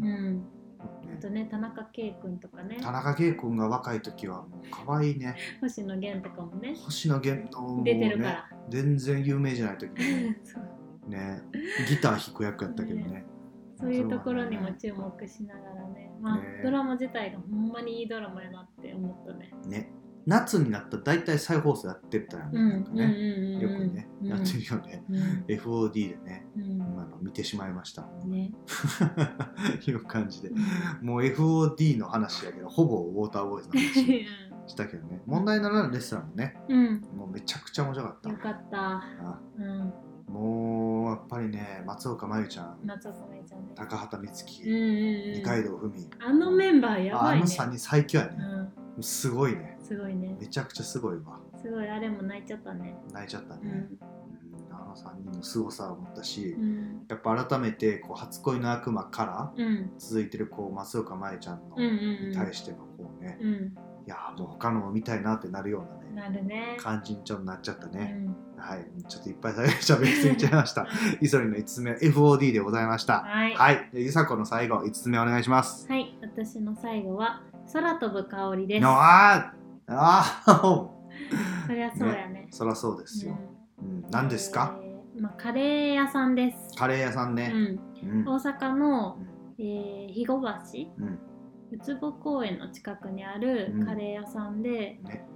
Speaker 2: うん
Speaker 1: うんあ
Speaker 2: ね
Speaker 1: とね田中圭君とかね
Speaker 2: 田中圭君が若い時はもう可愛いね
Speaker 1: 星野源とかもね
Speaker 2: 星野源のもう
Speaker 1: 出てるか
Speaker 2: ね
Speaker 1: ら
Speaker 2: 全然有名じゃない時 に
Speaker 1: そう
Speaker 2: ねギター弾く役やったけどね
Speaker 1: そういうところにも注目しながらね、まあ、
Speaker 2: ね
Speaker 1: ドラマ自体がほんまにいいドラマやなって思ったね。
Speaker 2: ね夏になったら大体再放送やってたよね、なんかね、
Speaker 1: ね
Speaker 2: よくね、やってるよね、
Speaker 1: うん、
Speaker 2: FOD でね
Speaker 1: うん
Speaker 2: 今の見てし まいました
Speaker 1: ね。
Speaker 2: いう感じで
Speaker 1: うん
Speaker 2: もう FOD の話やけどほぼウォーターボーイズの話したけどね問題ならぬレストランもね
Speaker 1: うん、
Speaker 2: もうめちゃくちゃ面白かった
Speaker 1: よかった。
Speaker 2: あ
Speaker 1: うん、
Speaker 2: もうやっぱりね松岡真優ちゃん
Speaker 1: 夏さめちゃんね。
Speaker 2: 高畑充
Speaker 1: うん
Speaker 2: 希
Speaker 1: うんうん、
Speaker 2: 二階堂ふみ
Speaker 1: あのメンバーや
Speaker 2: あ
Speaker 1: ば
Speaker 2: あ
Speaker 1: い
Speaker 2: の
Speaker 1: ね。
Speaker 2: 3人最強やね
Speaker 1: う
Speaker 2: すごいね
Speaker 1: ん、すごいね。
Speaker 2: めちゃくちゃすごいわ
Speaker 1: すごいあれも泣いちゃったね。
Speaker 2: 泣いちゃった
Speaker 1: う
Speaker 2: ね
Speaker 1: ん、
Speaker 2: うんあの3人の凄さを思ったし
Speaker 1: うん、
Speaker 2: やっぱ改めてこう初恋の悪魔か
Speaker 1: う
Speaker 2: ら
Speaker 1: ん、
Speaker 2: 続いてるこう松岡真優ちゃんの
Speaker 1: うんうん
Speaker 2: に対してのこうね
Speaker 1: うん、
Speaker 2: いやーもう他のも見たいなってなるよう
Speaker 1: う、
Speaker 2: なんね
Speaker 1: なるね。
Speaker 2: 感じにちょっとなっちゃった
Speaker 1: う
Speaker 2: ね、
Speaker 1: ん、
Speaker 2: はいちょっといっぱい喋りすぎちゃいましたイソリンの5つ目 FOD でございました
Speaker 1: はい。
Speaker 2: はいでゆさこの最後5つ目お願いします
Speaker 1: はい、私の最後は空飛ぶ香りです。
Speaker 2: のあーあー
Speaker 1: そりゃそうやね。
Speaker 2: そらそうですよ、うん何ですか、、
Speaker 1: えーまあ、カレー屋さんです。
Speaker 2: カレー屋さん
Speaker 1: う
Speaker 2: ね、
Speaker 1: ん、
Speaker 2: うん
Speaker 1: 大阪の
Speaker 2: う、
Speaker 1: えー、肥後橋
Speaker 2: うん
Speaker 1: ウツボ公園の近くにある
Speaker 2: うん
Speaker 1: カレー屋さんで、
Speaker 2: ね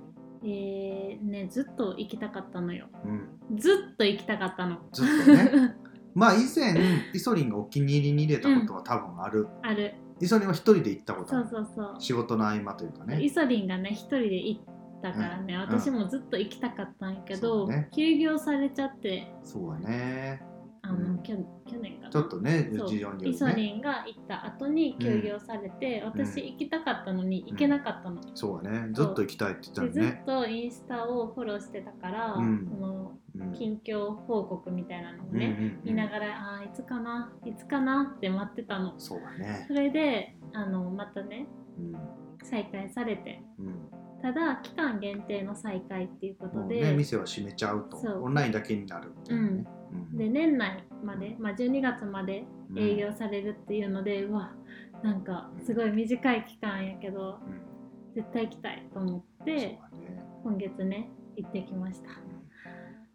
Speaker 1: えーね、ずっと行きたかったのよ
Speaker 2: うん、
Speaker 1: ずっと行きたかったの
Speaker 2: ずっとね まあ以前イソリンがお気に入りに入れたことは多分ある、
Speaker 1: ある
Speaker 2: イソリンは一人で行ったことあ
Speaker 1: そ
Speaker 2: る
Speaker 1: うそうそう、
Speaker 2: 仕事の合間というか
Speaker 1: イ
Speaker 2: ね
Speaker 1: ソリンがね一人で行ったからね、私もずっと行きたかったんやけど、
Speaker 2: そうね
Speaker 1: 休業されちゃって
Speaker 2: そうだね
Speaker 1: あの、
Speaker 2: うん
Speaker 1: きょ去年かな
Speaker 2: ちょっとね
Speaker 1: そう
Speaker 2: 事情に
Speaker 1: イ
Speaker 2: よ
Speaker 1: ソ
Speaker 2: るね
Speaker 1: リンが行った後に休業されて、私行きたかったのに行けなかったの、
Speaker 2: そうだねずっと行きたいって言ったの
Speaker 1: でず
Speaker 2: ね
Speaker 1: っとインスタをフォローしてたから、
Speaker 2: うん
Speaker 1: その
Speaker 2: うん
Speaker 1: 近況報告みたいなのを
Speaker 2: うんうん
Speaker 1: ね、
Speaker 2: うん
Speaker 1: 見ながらあーいつかないつかなって待ってたの
Speaker 2: そうだね
Speaker 1: それであのまたね
Speaker 2: うん
Speaker 1: 再開されて
Speaker 2: うん
Speaker 1: ただ期間限定の再開っていうこ
Speaker 2: も
Speaker 1: と
Speaker 2: う
Speaker 1: で、
Speaker 2: ね店は閉めちゃうと
Speaker 1: そう
Speaker 2: オンラインだけになるみたいなねうん
Speaker 1: で年内まで、まあ、12月まで
Speaker 2: うん
Speaker 1: 営業されるっていうので、うわなんかすごい短い期間やけど
Speaker 2: うん
Speaker 1: 絶対行きたいと思っ
Speaker 2: そう
Speaker 1: て
Speaker 2: だね
Speaker 1: 今月ね行ってきました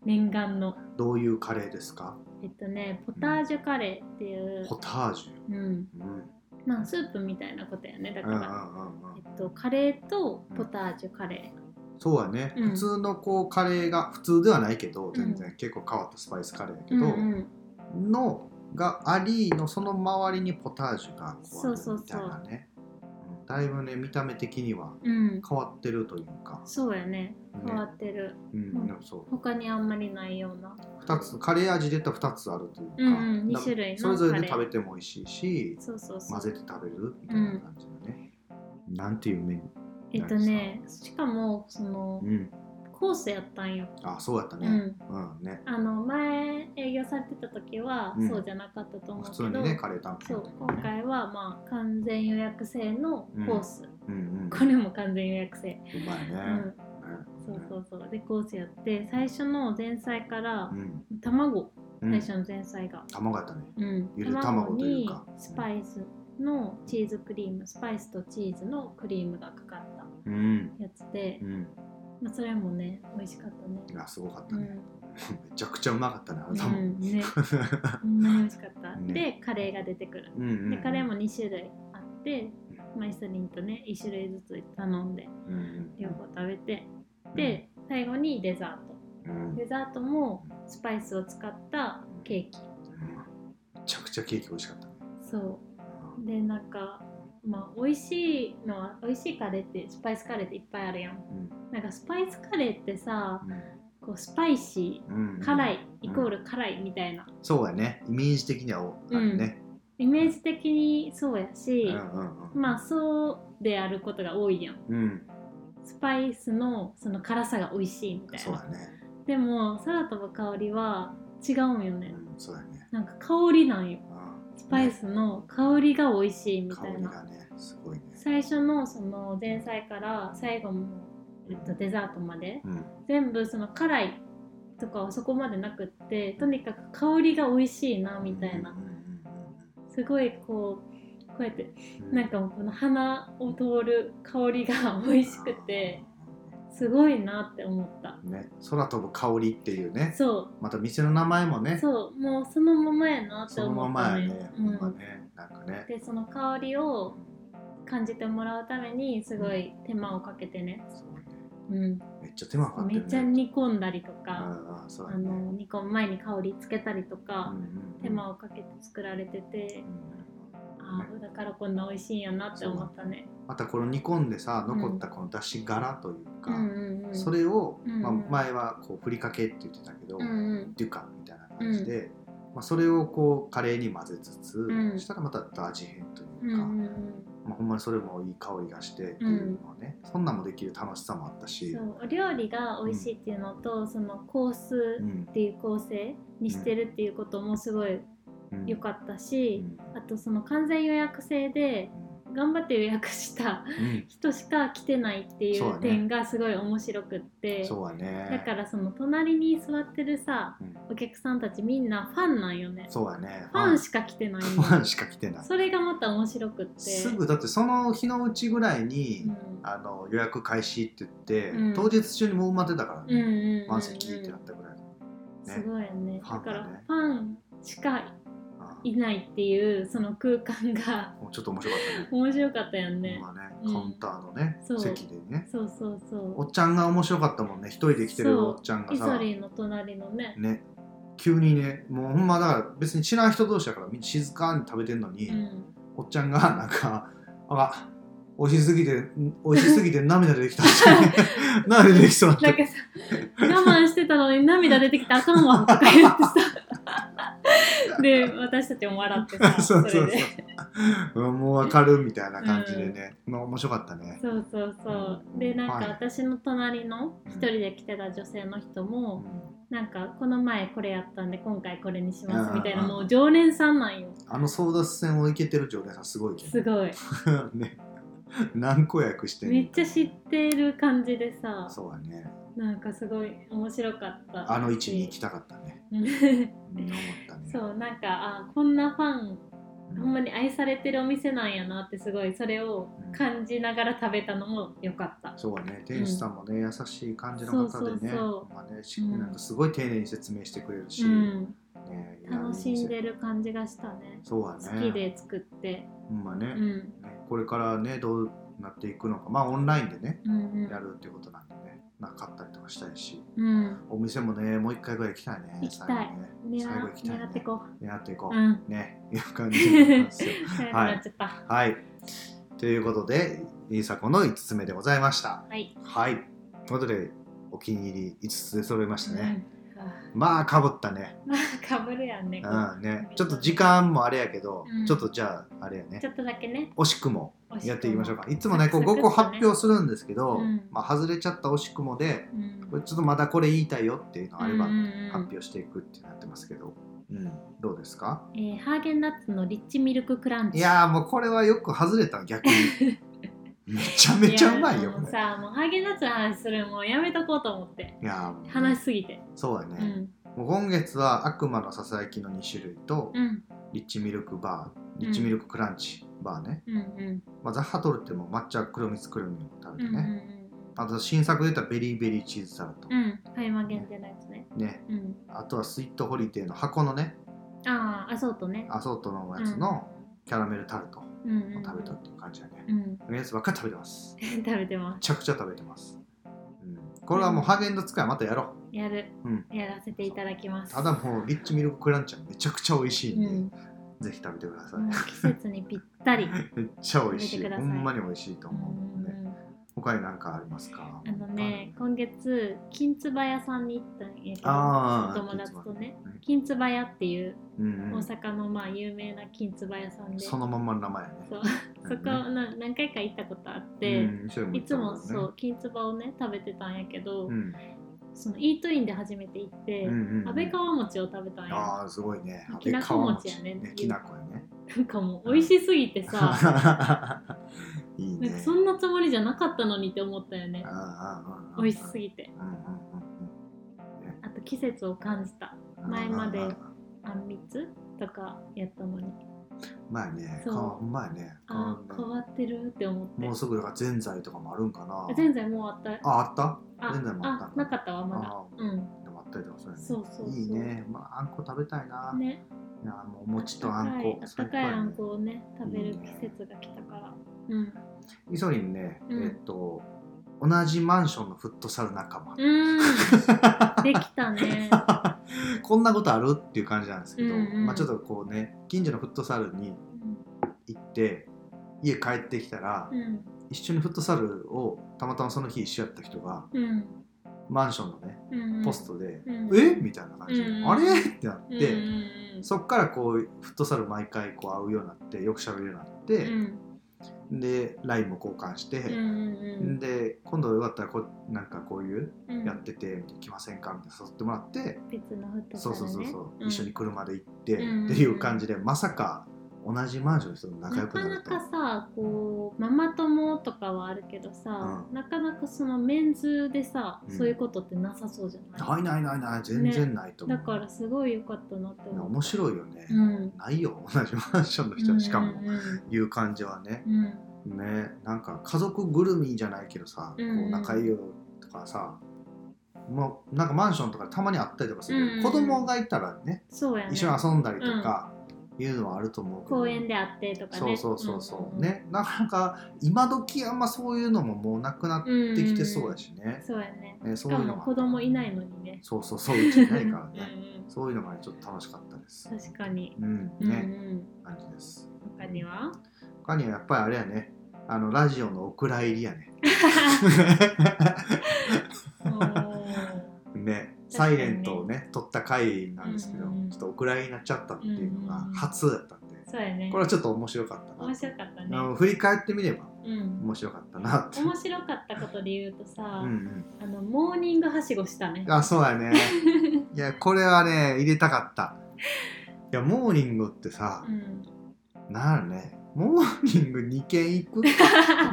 Speaker 1: 念願の
Speaker 2: どういうカレーですか
Speaker 1: えっとねポタージュカレーっていう
Speaker 2: ポ、タージ
Speaker 1: うん、
Speaker 2: ュ、うん、
Speaker 1: まあスープみたいなことやねだ
Speaker 2: う
Speaker 1: か
Speaker 2: んうんう
Speaker 1: ら、
Speaker 2: んうん
Speaker 1: えっと、カレーとポタージュカレ
Speaker 2: そうはね、
Speaker 1: うん
Speaker 2: 普通のこうカレーが普通ではないけど全然、結構変わったスパイスカレーやけ
Speaker 1: ー、うん
Speaker 2: ど、
Speaker 1: うん、
Speaker 2: のがありのその周りにポタージュがこうあ
Speaker 1: そうそうそう
Speaker 2: るみたいなねうんだいぶね見た目的には
Speaker 1: うん、
Speaker 2: 変わってるというか、
Speaker 1: そうやね変わってる、
Speaker 2: うん
Speaker 1: うん
Speaker 2: なんかそう
Speaker 1: 他にあんまりないような
Speaker 2: 二つカレー味で言ったら2つあるというか、
Speaker 1: うんうん
Speaker 2: だ
Speaker 1: 二種類の
Speaker 2: それぞれで
Speaker 1: カ
Speaker 2: 食
Speaker 1: レー
Speaker 2: べても美味しいし
Speaker 1: そうそうそう
Speaker 2: 混ぜて食べるみたいな感じのね、なんていうメニュー
Speaker 1: えっとねしかもその、
Speaker 2: うん、
Speaker 1: コースやったんよ、
Speaker 2: あそうやった
Speaker 1: う
Speaker 2: ね、
Speaker 1: ん、
Speaker 2: うんね
Speaker 1: あの前営業されてた時は
Speaker 2: うん
Speaker 1: そうじゃなかったと思う
Speaker 2: 普
Speaker 1: け
Speaker 2: 通
Speaker 1: ど、
Speaker 2: にねカレー単
Speaker 1: そう
Speaker 2: 品とか
Speaker 1: 今
Speaker 2: ね
Speaker 1: 回はまあ完全予約制のコース、
Speaker 2: うんうん
Speaker 1: これも完全予約制、
Speaker 2: うまい
Speaker 1: う
Speaker 2: ね、
Speaker 1: ん
Speaker 2: ね
Speaker 1: そうそうそうでコースやって最初の前菜から
Speaker 2: うん
Speaker 1: 卵
Speaker 2: うん
Speaker 1: 最初の前菜が、
Speaker 2: 卵やったね
Speaker 1: うん
Speaker 2: ゆで卵というか
Speaker 1: 卵にスパイスのチーズクリームスパイスとチーズのクリームがかかった
Speaker 2: うん
Speaker 1: やつで
Speaker 2: う、ん
Speaker 1: まあ、それもね美味しかったね
Speaker 2: いやすごかった
Speaker 1: う
Speaker 2: ね、
Speaker 1: ん、
Speaker 2: めちゃくちゃうまかったねあれ多分
Speaker 1: うん、 ねほんまに美味しかった、
Speaker 2: ね
Speaker 1: でカレーが出てくる
Speaker 2: うんうん
Speaker 1: でカレーも2種類あって、まあ、イソリンとね1種類ずつ頼んで
Speaker 2: うんうん
Speaker 1: 両方食べて
Speaker 2: うん
Speaker 1: で最後にデザート
Speaker 2: うんうん
Speaker 1: デザートもスパイスを使ったケーキ
Speaker 2: めちゃくちゃケーキ美味しかったね
Speaker 1: そううでなんかまあ美味しいのは美味しいカレーってスパイスカレーっていっぱいあるやん
Speaker 2: ん
Speaker 1: なんかスパイスカレーってさ
Speaker 2: うん
Speaker 1: こうスパイシ
Speaker 2: うんうん
Speaker 1: ー辛いイコール辛いみたいな
Speaker 2: そうやねイメージ的にはおあるね、
Speaker 1: イメージ的にそうや
Speaker 2: うん、
Speaker 1: し
Speaker 2: うんうん
Speaker 1: まあそうであることが多いやん
Speaker 2: うん
Speaker 1: スパイスのその辛さが美味しいみたい
Speaker 2: そうだ
Speaker 1: な
Speaker 2: ね、
Speaker 1: でもサラとば香りは違うんよ
Speaker 2: う
Speaker 1: ね
Speaker 2: ん、そうだね
Speaker 1: なんか香りなんよ
Speaker 2: うん
Speaker 1: スパイスの香りが美味しいみた
Speaker 2: 香
Speaker 1: い
Speaker 2: り
Speaker 1: な
Speaker 2: がねすごいね
Speaker 1: 最初のその前菜から最後のえっとデザートまで
Speaker 2: うん
Speaker 1: 全部その辛いとかはそこまでなくってとにかく香りが美味しいなみたいな
Speaker 2: うんうん
Speaker 1: すごいこうこうやって
Speaker 2: うんうん
Speaker 1: なんかもうこの鼻を通る香りが 美味しくてすごいなって思った
Speaker 2: ね空飛ぶ香りっていうね
Speaker 1: そ
Speaker 2: また店の名前も
Speaker 1: う
Speaker 2: ね
Speaker 1: そうもうそのままやなって
Speaker 2: その
Speaker 1: 思
Speaker 2: ま
Speaker 1: っ
Speaker 2: ま
Speaker 1: たね
Speaker 2: やね、
Speaker 1: う
Speaker 2: ほんま
Speaker 1: ん、
Speaker 2: ねなんかね
Speaker 1: でその香りを感じてもらうためにすごい手間をかけてね、
Speaker 2: そうね
Speaker 1: うん、
Speaker 2: めっちゃ手間かかっ
Speaker 1: め
Speaker 2: てるね
Speaker 1: っちゃ煮込んだりとか、
Speaker 2: ああそう
Speaker 1: あ
Speaker 2: やね
Speaker 1: の煮込む前に香りつけたりとか、
Speaker 2: うんうんうん
Speaker 1: 手間をかけて作られてて
Speaker 2: う、ん
Speaker 1: ああだからこんな美味しいんやなって思ったね。
Speaker 2: またこの煮込んでさ
Speaker 1: うん
Speaker 2: 残ったこの出汁柄という
Speaker 1: う
Speaker 2: か、
Speaker 1: んうんうん、
Speaker 2: それを、
Speaker 1: うん
Speaker 2: まあ、前はこうふりかけって言ってたけど、
Speaker 1: うんうん
Speaker 2: デュカみたいな感じで、まあ、それをこうカレーに混ぜつつ、
Speaker 1: うん
Speaker 2: したらまた味変という
Speaker 1: うんう
Speaker 2: か、
Speaker 1: ん
Speaker 2: まあ、ほんまにそれもいい香りがしてっていうのはね、そんなんもできる楽しさもあった
Speaker 1: うん、
Speaker 2: し
Speaker 1: そ。うお料理が美味しいっていうのと、そのコース
Speaker 2: うん
Speaker 1: っていう構成にしてるっていうこともすごい良かったし、あとその完全予約制で頑張って予約した
Speaker 2: うんうん
Speaker 1: 人しか来てないってい
Speaker 2: そう
Speaker 1: う
Speaker 2: だね
Speaker 1: 点がすごい面白くって、
Speaker 2: そうはね
Speaker 1: だからその隣に座ってるさ、
Speaker 2: うん
Speaker 1: お客さんたちみんなファンなんよね
Speaker 2: そうはね
Speaker 1: ファンしか来てない
Speaker 2: ファンしか来てない
Speaker 1: それがまた面白くって
Speaker 2: すぐだってその日のうちぐらいに、
Speaker 1: うん
Speaker 2: あの予約開始って言って、
Speaker 1: うん
Speaker 2: 当日中にもう埋まってたから
Speaker 1: うんうん
Speaker 2: ね、
Speaker 1: うんうん
Speaker 2: 満席ってなったぐらい、
Speaker 1: すごいよね
Speaker 2: ファ
Speaker 1: だ
Speaker 2: ン
Speaker 1: か
Speaker 2: がね
Speaker 1: らファンしか
Speaker 2: あ
Speaker 1: いないっていうその空間が
Speaker 2: あもうちょっと面白かったね
Speaker 1: 面白かったよね
Speaker 2: まあね
Speaker 1: うん
Speaker 2: カウンターのね、
Speaker 1: そう
Speaker 2: 席でね
Speaker 1: そうそう
Speaker 2: お
Speaker 1: そ
Speaker 2: っちゃんが面白かったもんね一人で来てる
Speaker 1: そう
Speaker 2: おっちゃん
Speaker 1: う
Speaker 2: が
Speaker 1: イソ
Speaker 2: さ
Speaker 1: リーの隣のね
Speaker 2: ね急にねもうほんまだから別に知らん人同士だからみんな静かに食べてんのに、
Speaker 1: うん
Speaker 2: おっちゃんがなんか「あ美味しすぎてん美味しすぎて涙出てきた」 涙出てきそうにな
Speaker 1: なん
Speaker 2: って
Speaker 1: かさ我慢してたのに 涙出てきたらあかんわとか言 ってさで私たちも笑ってさ
Speaker 2: そう
Speaker 1: そ
Speaker 2: そう
Speaker 1: れ
Speaker 2: そう
Speaker 1: で
Speaker 2: うんもうわかるみたいな感じでね、まあ面白かったね。
Speaker 1: そうそうそう
Speaker 2: うん
Speaker 1: でなん
Speaker 2: はい
Speaker 1: か私の隣の一人で来てた女性の人もなんかこの前これやったんで今回これにしますみたいな
Speaker 2: うん
Speaker 1: もう常連さんなんよ
Speaker 2: あの争奪戦をいけてる常連さんすごいけど
Speaker 1: すごい
Speaker 2: ね何個訳してんの
Speaker 1: めっちゃ知ってる感じでさ
Speaker 2: そうだね
Speaker 1: なんかすごい面白かった
Speaker 2: あの 位置に行きたかったね
Speaker 1: うん
Speaker 2: うん思ったね
Speaker 1: そうなんかあこんなファンほんまに愛されてるお店なんやなってすごいそれを感じながら食べたのも良かった。
Speaker 2: そうね店主さんもね、優しい感じの方でね
Speaker 1: そうそうそう
Speaker 2: まあねし
Speaker 1: うん
Speaker 2: なんかすごい丁寧に説明してくれるし、
Speaker 1: うん、
Speaker 2: ね、いや
Speaker 1: 楽しんでる感じがしたね。
Speaker 2: そう
Speaker 1: 好
Speaker 2: だね
Speaker 1: きで作って。
Speaker 2: ほんまね,
Speaker 1: う
Speaker 2: ね、
Speaker 1: ん。
Speaker 2: これからねどうなっていくのかまあオンラインでね
Speaker 1: うん
Speaker 2: やるっていうことなんでねなかったりとかしたいし
Speaker 1: うん。
Speaker 2: お店もねもう一回ぐらい行きたいね
Speaker 1: 行きたい
Speaker 2: 最後ね
Speaker 1: 狙
Speaker 2: 最後行きたいね
Speaker 1: 狙ってこ
Speaker 2: ね狙っていこ
Speaker 1: う。
Speaker 2: う、
Speaker 1: うん。
Speaker 2: ねいう感じなんです よ
Speaker 1: そうなっちゃった。は
Speaker 2: はいということでいいさこの5つ目でございました
Speaker 1: い。
Speaker 2: はいということでお気に入り5つで揃いましたね、
Speaker 1: うん。あ
Speaker 2: まあかぶったね
Speaker 1: まあ、かぶるやんね。
Speaker 2: うんね、ちょっと時間もあれやけど、
Speaker 1: うん
Speaker 2: ちょっとじゃああれやね
Speaker 1: ちょっとだけね。
Speaker 2: 惜しくも
Speaker 1: 惜しくも
Speaker 2: やっていきましょうかいつもねこう
Speaker 1: サクサク
Speaker 2: 5個
Speaker 1: っとね
Speaker 2: 発表するんですけど、
Speaker 1: うん
Speaker 2: まあ、外れちゃった惜しくもで
Speaker 1: うん。
Speaker 2: これちょっとまだこれ言いたいよっていうのあれば
Speaker 1: うんうんうん
Speaker 2: 発表していくってなってますけど、うん、どうですか
Speaker 1: えーハーゲンダッツのリッチミルククランチ。
Speaker 2: いやーもうこれはよく外れた 逆にめちゃめちゃうまい
Speaker 1: や
Speaker 2: よこれ
Speaker 1: もうさもうハーゲンダッツの話するのもうやめとこうと思って
Speaker 2: いやーもう
Speaker 1: 話しすぎて
Speaker 2: そうだ
Speaker 1: う
Speaker 2: ね、
Speaker 1: ん
Speaker 2: もう今月は悪魔のささやきの2種類と、
Speaker 1: うん
Speaker 2: リッチミルクバーリッチミルククランチバーね、
Speaker 1: うんうん
Speaker 2: まあ、ザッハトルテも抹茶黒蜜くるみを食
Speaker 1: う
Speaker 2: べて
Speaker 1: ん
Speaker 2: ね、あと新作で言ったベリーベリーチーズサラダ
Speaker 1: うんうんはいまあ限定のやつね
Speaker 2: ね
Speaker 1: うん
Speaker 2: あとはスイートホリデーの箱のね
Speaker 1: ああアソートね
Speaker 2: アソートのやつのキャラメルタルトを
Speaker 1: うんうんうん
Speaker 2: 食べたっていう感じだね、
Speaker 1: うん
Speaker 2: やつばっかり食べてますめ
Speaker 1: 食べてます
Speaker 2: ちゃくちゃ食べてます、うん、これはもうハーゲンダッツ会はまたやろ
Speaker 1: やる
Speaker 2: う、うん、
Speaker 1: やらせていただきます
Speaker 2: ただもうリッチミルククランチはめちゃくちゃ美味しいんで、
Speaker 1: うん
Speaker 2: ぜひ食べてください、
Speaker 1: もう季節にぴったり
Speaker 2: めっちゃ美味し
Speaker 1: 食べてく
Speaker 2: い
Speaker 1: だ
Speaker 2: ほ
Speaker 1: さい
Speaker 2: んまに美味しいと
Speaker 1: うん
Speaker 2: 思う、ね、他に何かありますか
Speaker 1: あのね今月金つば屋さんに行ったんやけど
Speaker 2: あー
Speaker 1: お友達とね
Speaker 2: うん
Speaker 1: 金つば屋っていう
Speaker 2: うんう
Speaker 1: 大
Speaker 2: ん
Speaker 1: 阪のまあ有名な金つば屋さんで、
Speaker 2: そのまんまの名前やね
Speaker 1: そう
Speaker 2: う
Speaker 1: そ
Speaker 2: ん
Speaker 1: こな何回か行ったことあって、
Speaker 2: うんそれ
Speaker 1: いつもそ
Speaker 2: 行っ
Speaker 1: うきんつばをね食べてたんやけど、
Speaker 2: たもんね
Speaker 1: そのイートインで初めて行って、
Speaker 2: うんうんうんうん
Speaker 1: 安倍川餅を食べたんや
Speaker 2: ああすごいね
Speaker 1: きなこ餅やね
Speaker 2: 安倍川餅きなこやね
Speaker 1: なんかもう美味しすぎてさ
Speaker 2: いい
Speaker 1: な
Speaker 2: ね
Speaker 1: んかそんなつもりじゃなかったのにって思ったよね
Speaker 2: ああああ
Speaker 1: 美味しす
Speaker 2: ぎ
Speaker 1: ぎて
Speaker 2: うんうんうん
Speaker 1: あと季節を感じた
Speaker 2: うん
Speaker 1: 前まで
Speaker 2: ああああ
Speaker 1: あんみつとかやったのに
Speaker 2: 前ね
Speaker 1: そう
Speaker 2: か前ね
Speaker 1: あー
Speaker 2: か
Speaker 1: 変わってるって思って
Speaker 2: もうすぐだからぜんざいとかもあるんかな
Speaker 1: 全然もうあったあ
Speaker 2: ああった
Speaker 1: あ
Speaker 2: ぜんざいもあった
Speaker 1: なかったわまだ
Speaker 2: あ
Speaker 1: うん
Speaker 2: あでもあったりとかするね
Speaker 1: そうそうそう
Speaker 2: いいねまああんこ食べたいな
Speaker 1: ね
Speaker 2: いやもうお餅とあんこ
Speaker 1: あったかいあ
Speaker 2: やね
Speaker 1: んこをね食べる季節が来たから うん
Speaker 2: イソリンね、
Speaker 1: うん
Speaker 2: えっと同じマンションのフットサル仲間、
Speaker 1: うんできたね
Speaker 2: こんなことあるっていう感じなんですけど、
Speaker 1: うんうん
Speaker 2: まあ、ちょっとこうね近所のフットサルに行って家帰ってきたら、
Speaker 1: うん
Speaker 2: 一緒にフットサルをたまたまその日一緒やった人が
Speaker 1: うん
Speaker 2: マンションのね
Speaker 1: うん
Speaker 2: ポストで
Speaker 1: う
Speaker 2: 「
Speaker 1: ん
Speaker 2: えみたいな感じで「
Speaker 1: うん
Speaker 2: あれ?」ってなっ
Speaker 1: うん
Speaker 2: て、
Speaker 1: うん
Speaker 2: そっからこうフットサル毎回こう会うようになってよく喋るようになって
Speaker 1: う、ん
Speaker 2: で LINE も交換して。
Speaker 1: うんうん
Speaker 2: で今度よかったらこうなんかこういう
Speaker 1: うん
Speaker 2: やってて来ませんかみたいな誘ってもらって、
Speaker 1: 別のフットサ
Speaker 2: そう
Speaker 1: ル
Speaker 2: そうそう
Speaker 1: ね
Speaker 2: そう、
Speaker 1: うん
Speaker 2: 一緒に車で行って、
Speaker 1: うん
Speaker 2: っていう感じでまさか同じマンションの人と仲良
Speaker 1: な
Speaker 2: く
Speaker 1: か
Speaker 2: な
Speaker 1: な
Speaker 2: ると
Speaker 1: かさこうママ友とかはあるけどさ、なかなかそのメンズでさ、
Speaker 2: うん
Speaker 1: そういうことってなさそうじゃない、
Speaker 2: ないないないない全然ないと思う、
Speaker 1: だからすごい良かったなって思う
Speaker 2: 面白いよね、
Speaker 1: うん
Speaker 2: ないよ同じマンションの人はしかも、
Speaker 1: うんうん
Speaker 2: いう感じはね
Speaker 1: うんうん
Speaker 2: ねなんか家族ぐるみじゃないけどさ、
Speaker 1: うん
Speaker 2: こう仲いいよとかさまあ、なんかマンションとかでたまにあったりとかするけど、
Speaker 1: うん
Speaker 2: 子供がいたらね
Speaker 1: そうやね
Speaker 2: 一緒に遊んだりとかいうのはあると思うけど、
Speaker 1: 公園であってとか
Speaker 2: そう
Speaker 1: ね
Speaker 2: そうそうそう、
Speaker 1: んんん
Speaker 2: ねなかなか今時あんまそういうのももうなくなってきてそうやしね、
Speaker 1: そうやね
Speaker 2: ねそ
Speaker 1: し
Speaker 2: うい
Speaker 1: か
Speaker 2: うの
Speaker 1: も
Speaker 2: が
Speaker 1: 子供いないのにね
Speaker 2: そうそうそううちいな
Speaker 1: う
Speaker 2: いから
Speaker 1: んう
Speaker 2: ね
Speaker 1: ん
Speaker 2: そういうのがねちょっと楽しかったです
Speaker 1: 確かに
Speaker 2: うん
Speaker 1: うんう
Speaker 2: ね、
Speaker 1: ん
Speaker 2: 感じです
Speaker 1: 他には
Speaker 2: 他にはやっぱりあれやねあのラジオのお蔵入り やね
Speaker 1: お ー
Speaker 2: ねサイレントをね撮った回なんですけど、
Speaker 1: うんうん
Speaker 2: ちょっとお蔵入りになっちゃったっていうの
Speaker 1: うん
Speaker 2: が
Speaker 1: うん
Speaker 2: 初だったんで、
Speaker 1: そうやね
Speaker 2: これはちょっと面白かったな
Speaker 1: 面白かった
Speaker 2: あ
Speaker 1: ね
Speaker 2: の振り返ってみれば
Speaker 1: うん
Speaker 2: 面白かったなって、
Speaker 1: 面白かったことで言うとさ、
Speaker 2: うんうん
Speaker 1: あのモーニングはしごしたね
Speaker 2: あそうや ねいやこれはね入れたかったいやモーニングってさ
Speaker 1: う、ん
Speaker 2: なんやろねモーニング2軒行く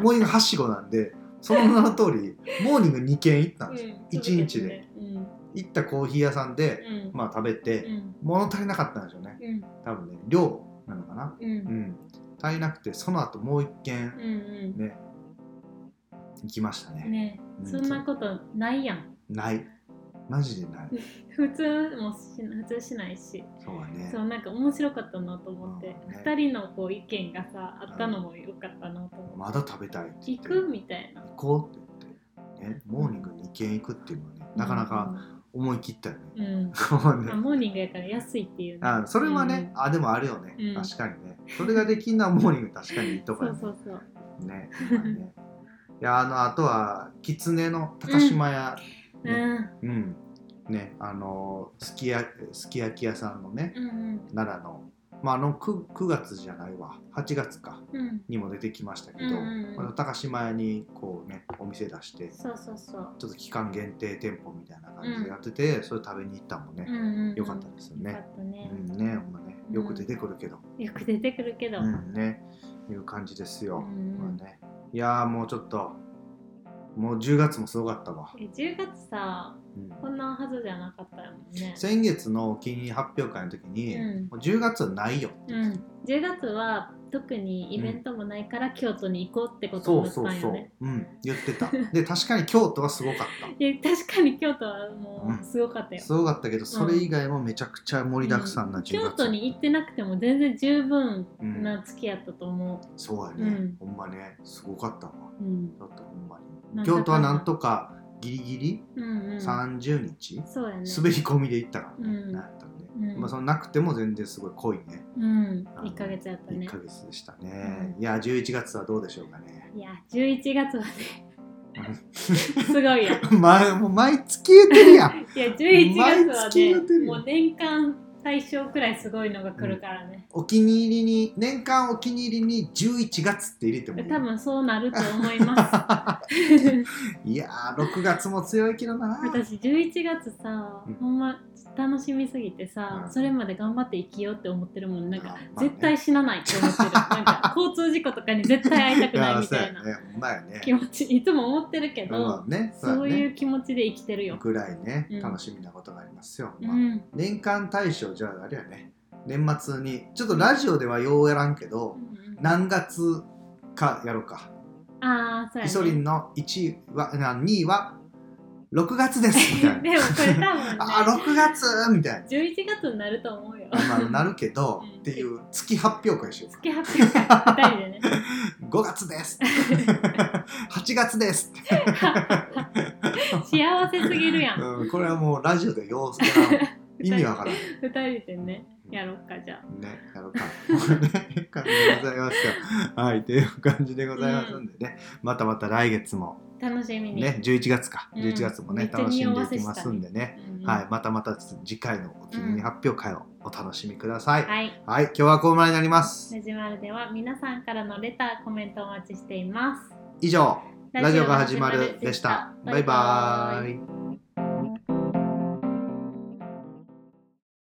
Speaker 2: モーニングはしごなんでその名の通りモーニング2軒行ったんですよ、
Speaker 1: うん
Speaker 2: 一日で
Speaker 1: うん
Speaker 2: 行ったコーヒー屋さんで、
Speaker 1: うん
Speaker 2: まあ食べ
Speaker 1: う
Speaker 2: て、
Speaker 1: ん
Speaker 2: 物足りなかったんでしょうね
Speaker 1: うん
Speaker 2: 多分ね量なのかな、な、
Speaker 1: うん
Speaker 2: う。ん、足りなくてその後もう一
Speaker 1: うん
Speaker 2: 軒
Speaker 1: う
Speaker 2: ね行きましたね
Speaker 1: ん。ね
Speaker 2: うん
Speaker 1: そんなことないやん。
Speaker 2: ないマジでない
Speaker 1: 普通もし普通しないし。
Speaker 2: そうはね
Speaker 1: そうなんか面白かったなと思って、
Speaker 2: うんね
Speaker 1: 二人のこう意見がさあったのも良かったなと思って。
Speaker 2: まだ食べたいって言
Speaker 1: 聞
Speaker 2: って
Speaker 1: くみたいな。
Speaker 2: 行こうって言って、ね、モーニングに2軒行くっていうのはねなかなか思い切ったよね、
Speaker 1: うん。
Speaker 2: こう
Speaker 1: うん。
Speaker 2: ね
Speaker 1: あモーニングやから安いっていうね。
Speaker 2: あそれはね、あでもあるよね、
Speaker 1: うん
Speaker 2: 確かにねそれができんのはモーニング確かにいいと
Speaker 1: う
Speaker 2: か
Speaker 1: ん。
Speaker 2: ね
Speaker 1: そうそうそう。
Speaker 2: ねまあ ねいやあのあとは狐の高島屋、
Speaker 1: う
Speaker 2: ね
Speaker 1: ん。
Speaker 2: うん、ねあのすきやすき焼き屋さんのね
Speaker 1: うん
Speaker 2: 奈良のまああの 9, 9月じゃないわ8月か
Speaker 1: うん。うん。
Speaker 2: にも出てきましたけど、
Speaker 1: うんうんうん
Speaker 2: まあ高島屋にこうねお店出して
Speaker 1: そうそうそう。
Speaker 2: ちょっと期間限定店舗みたいな感じでやってて、それ食べに行ったもんね、
Speaker 1: うんうんうん。
Speaker 2: よかったですよ
Speaker 1: よか
Speaker 2: ね。
Speaker 1: ったね。
Speaker 2: うんね、ほんまね、よく出てくるけど、
Speaker 1: よく出てくるけど。
Speaker 2: うんね、いう感じですよ。
Speaker 1: うん
Speaker 2: まあね、いやーもうちょっと、もう10月もすごかったわ。
Speaker 1: え10月さ
Speaker 2: うん
Speaker 1: こんなはずじゃなかったもんね。
Speaker 2: 先月のお気に入り発表会の時に、
Speaker 1: うん
Speaker 2: もう10月はないよ。
Speaker 1: うん、10月は特にイベントもないから京都に行こうってことだったんよね。、
Speaker 2: うん、言ってた。で、確かに京都はすごかっ
Speaker 1: いや確かに京都はも
Speaker 2: うん
Speaker 1: うすごかった
Speaker 2: た。
Speaker 1: よ。
Speaker 2: すごかったけど、それ以外もめちゃくちゃ盛りだくさんな10月。
Speaker 1: 京都に行ってなくても全然十分な月やったと思
Speaker 2: そうやね、
Speaker 1: うん
Speaker 2: ほんまね、すごかったわ。
Speaker 1: う。うん
Speaker 2: ちょっとほんま
Speaker 1: なんだか
Speaker 2: に。
Speaker 1: んだ
Speaker 2: 京都はなんとかギリギリ
Speaker 1: うんうん、
Speaker 2: 30日、
Speaker 1: そうやね。
Speaker 2: 滑り込みで行ったからね、
Speaker 1: うん
Speaker 2: なったんで、
Speaker 1: うん
Speaker 2: まあそのなくても全然すごい濃いね、
Speaker 1: うん、1ヶ月やった
Speaker 2: 1
Speaker 1: ね
Speaker 2: ヶ。月でしたね、
Speaker 1: う
Speaker 2: いや11月はどうでしょうかね
Speaker 1: いや11月はねすごいよ。いや
Speaker 2: 前もう毎月言ってる やん
Speaker 1: 11月
Speaker 2: 毎
Speaker 1: は
Speaker 2: 月言うてる
Speaker 1: ね
Speaker 2: よ
Speaker 1: もう年間対象くらいすごいのが来るからね。
Speaker 2: お気に入りに年間お気に入りに11月って入れてもいい
Speaker 1: 多分そうなると思います。
Speaker 2: いやー6月も強いけどな
Speaker 1: 私11月さ、
Speaker 2: うん
Speaker 1: ほんま楽しみすぎてさ、
Speaker 2: うん
Speaker 1: それまで頑張って生きようって思ってるもんなん
Speaker 2: あ
Speaker 1: か、
Speaker 2: まあね
Speaker 1: 絶対死なないって思ってるなんか交通事故とかに絶対会いたくない
Speaker 2: ー
Speaker 1: み
Speaker 2: そ
Speaker 1: た
Speaker 2: う
Speaker 1: い
Speaker 2: や
Speaker 1: な
Speaker 2: ねほんまやね
Speaker 1: 気持ちいつも思ってるけど、
Speaker 2: うんね
Speaker 1: そ
Speaker 2: そう
Speaker 1: う
Speaker 2: や
Speaker 1: い
Speaker 2: ね
Speaker 1: う気持ちで生きてるよ、
Speaker 2: ぐらいね
Speaker 1: うん
Speaker 2: 楽しみなことがありますよ、
Speaker 1: う
Speaker 2: まあ
Speaker 1: ん
Speaker 2: 年間大賞じゃああれやね年末にちょっとラジオではようやらんけど、何月かやろうか
Speaker 1: ああそう
Speaker 2: イ
Speaker 1: や
Speaker 2: ソリンの1位はな2位は6月ですみた い
Speaker 1: ね
Speaker 2: な
Speaker 1: でもこれ多分ね
Speaker 2: あー6月みたいな
Speaker 1: 11月になると思うよ
Speaker 2: まあなるけど
Speaker 1: うん
Speaker 2: っていう月発表会しようか
Speaker 1: 付き合って2人でね
Speaker 2: 5月です 8月です、
Speaker 1: 幸せすぎるやん
Speaker 2: うん、これはもうラジオでよう やらん意味わからん
Speaker 1: 2人でねやろっかじゃあ
Speaker 2: ね、やろうか。ね感じでございますよ。はい、という感じでございますんでね、またまた来月も、
Speaker 1: 楽しみに、
Speaker 2: ね、11月か、
Speaker 1: うん
Speaker 2: 11月もね、
Speaker 1: めっちゃ
Speaker 2: 楽し
Speaker 1: 匂
Speaker 2: んで
Speaker 1: わ
Speaker 2: い
Speaker 1: せ
Speaker 2: き
Speaker 1: した
Speaker 2: ますんでね、
Speaker 1: うんうん
Speaker 2: はい、またまた次回のお気に入り発表会をお楽しみください。
Speaker 1: はい
Speaker 2: はい、今日はここまでになります。
Speaker 1: ラジマルでは皆さんからのレター、コメントをお待ちしています。
Speaker 2: 以上、ラジオが始まるでした。バイバ
Speaker 1: イ
Speaker 2: ーイ。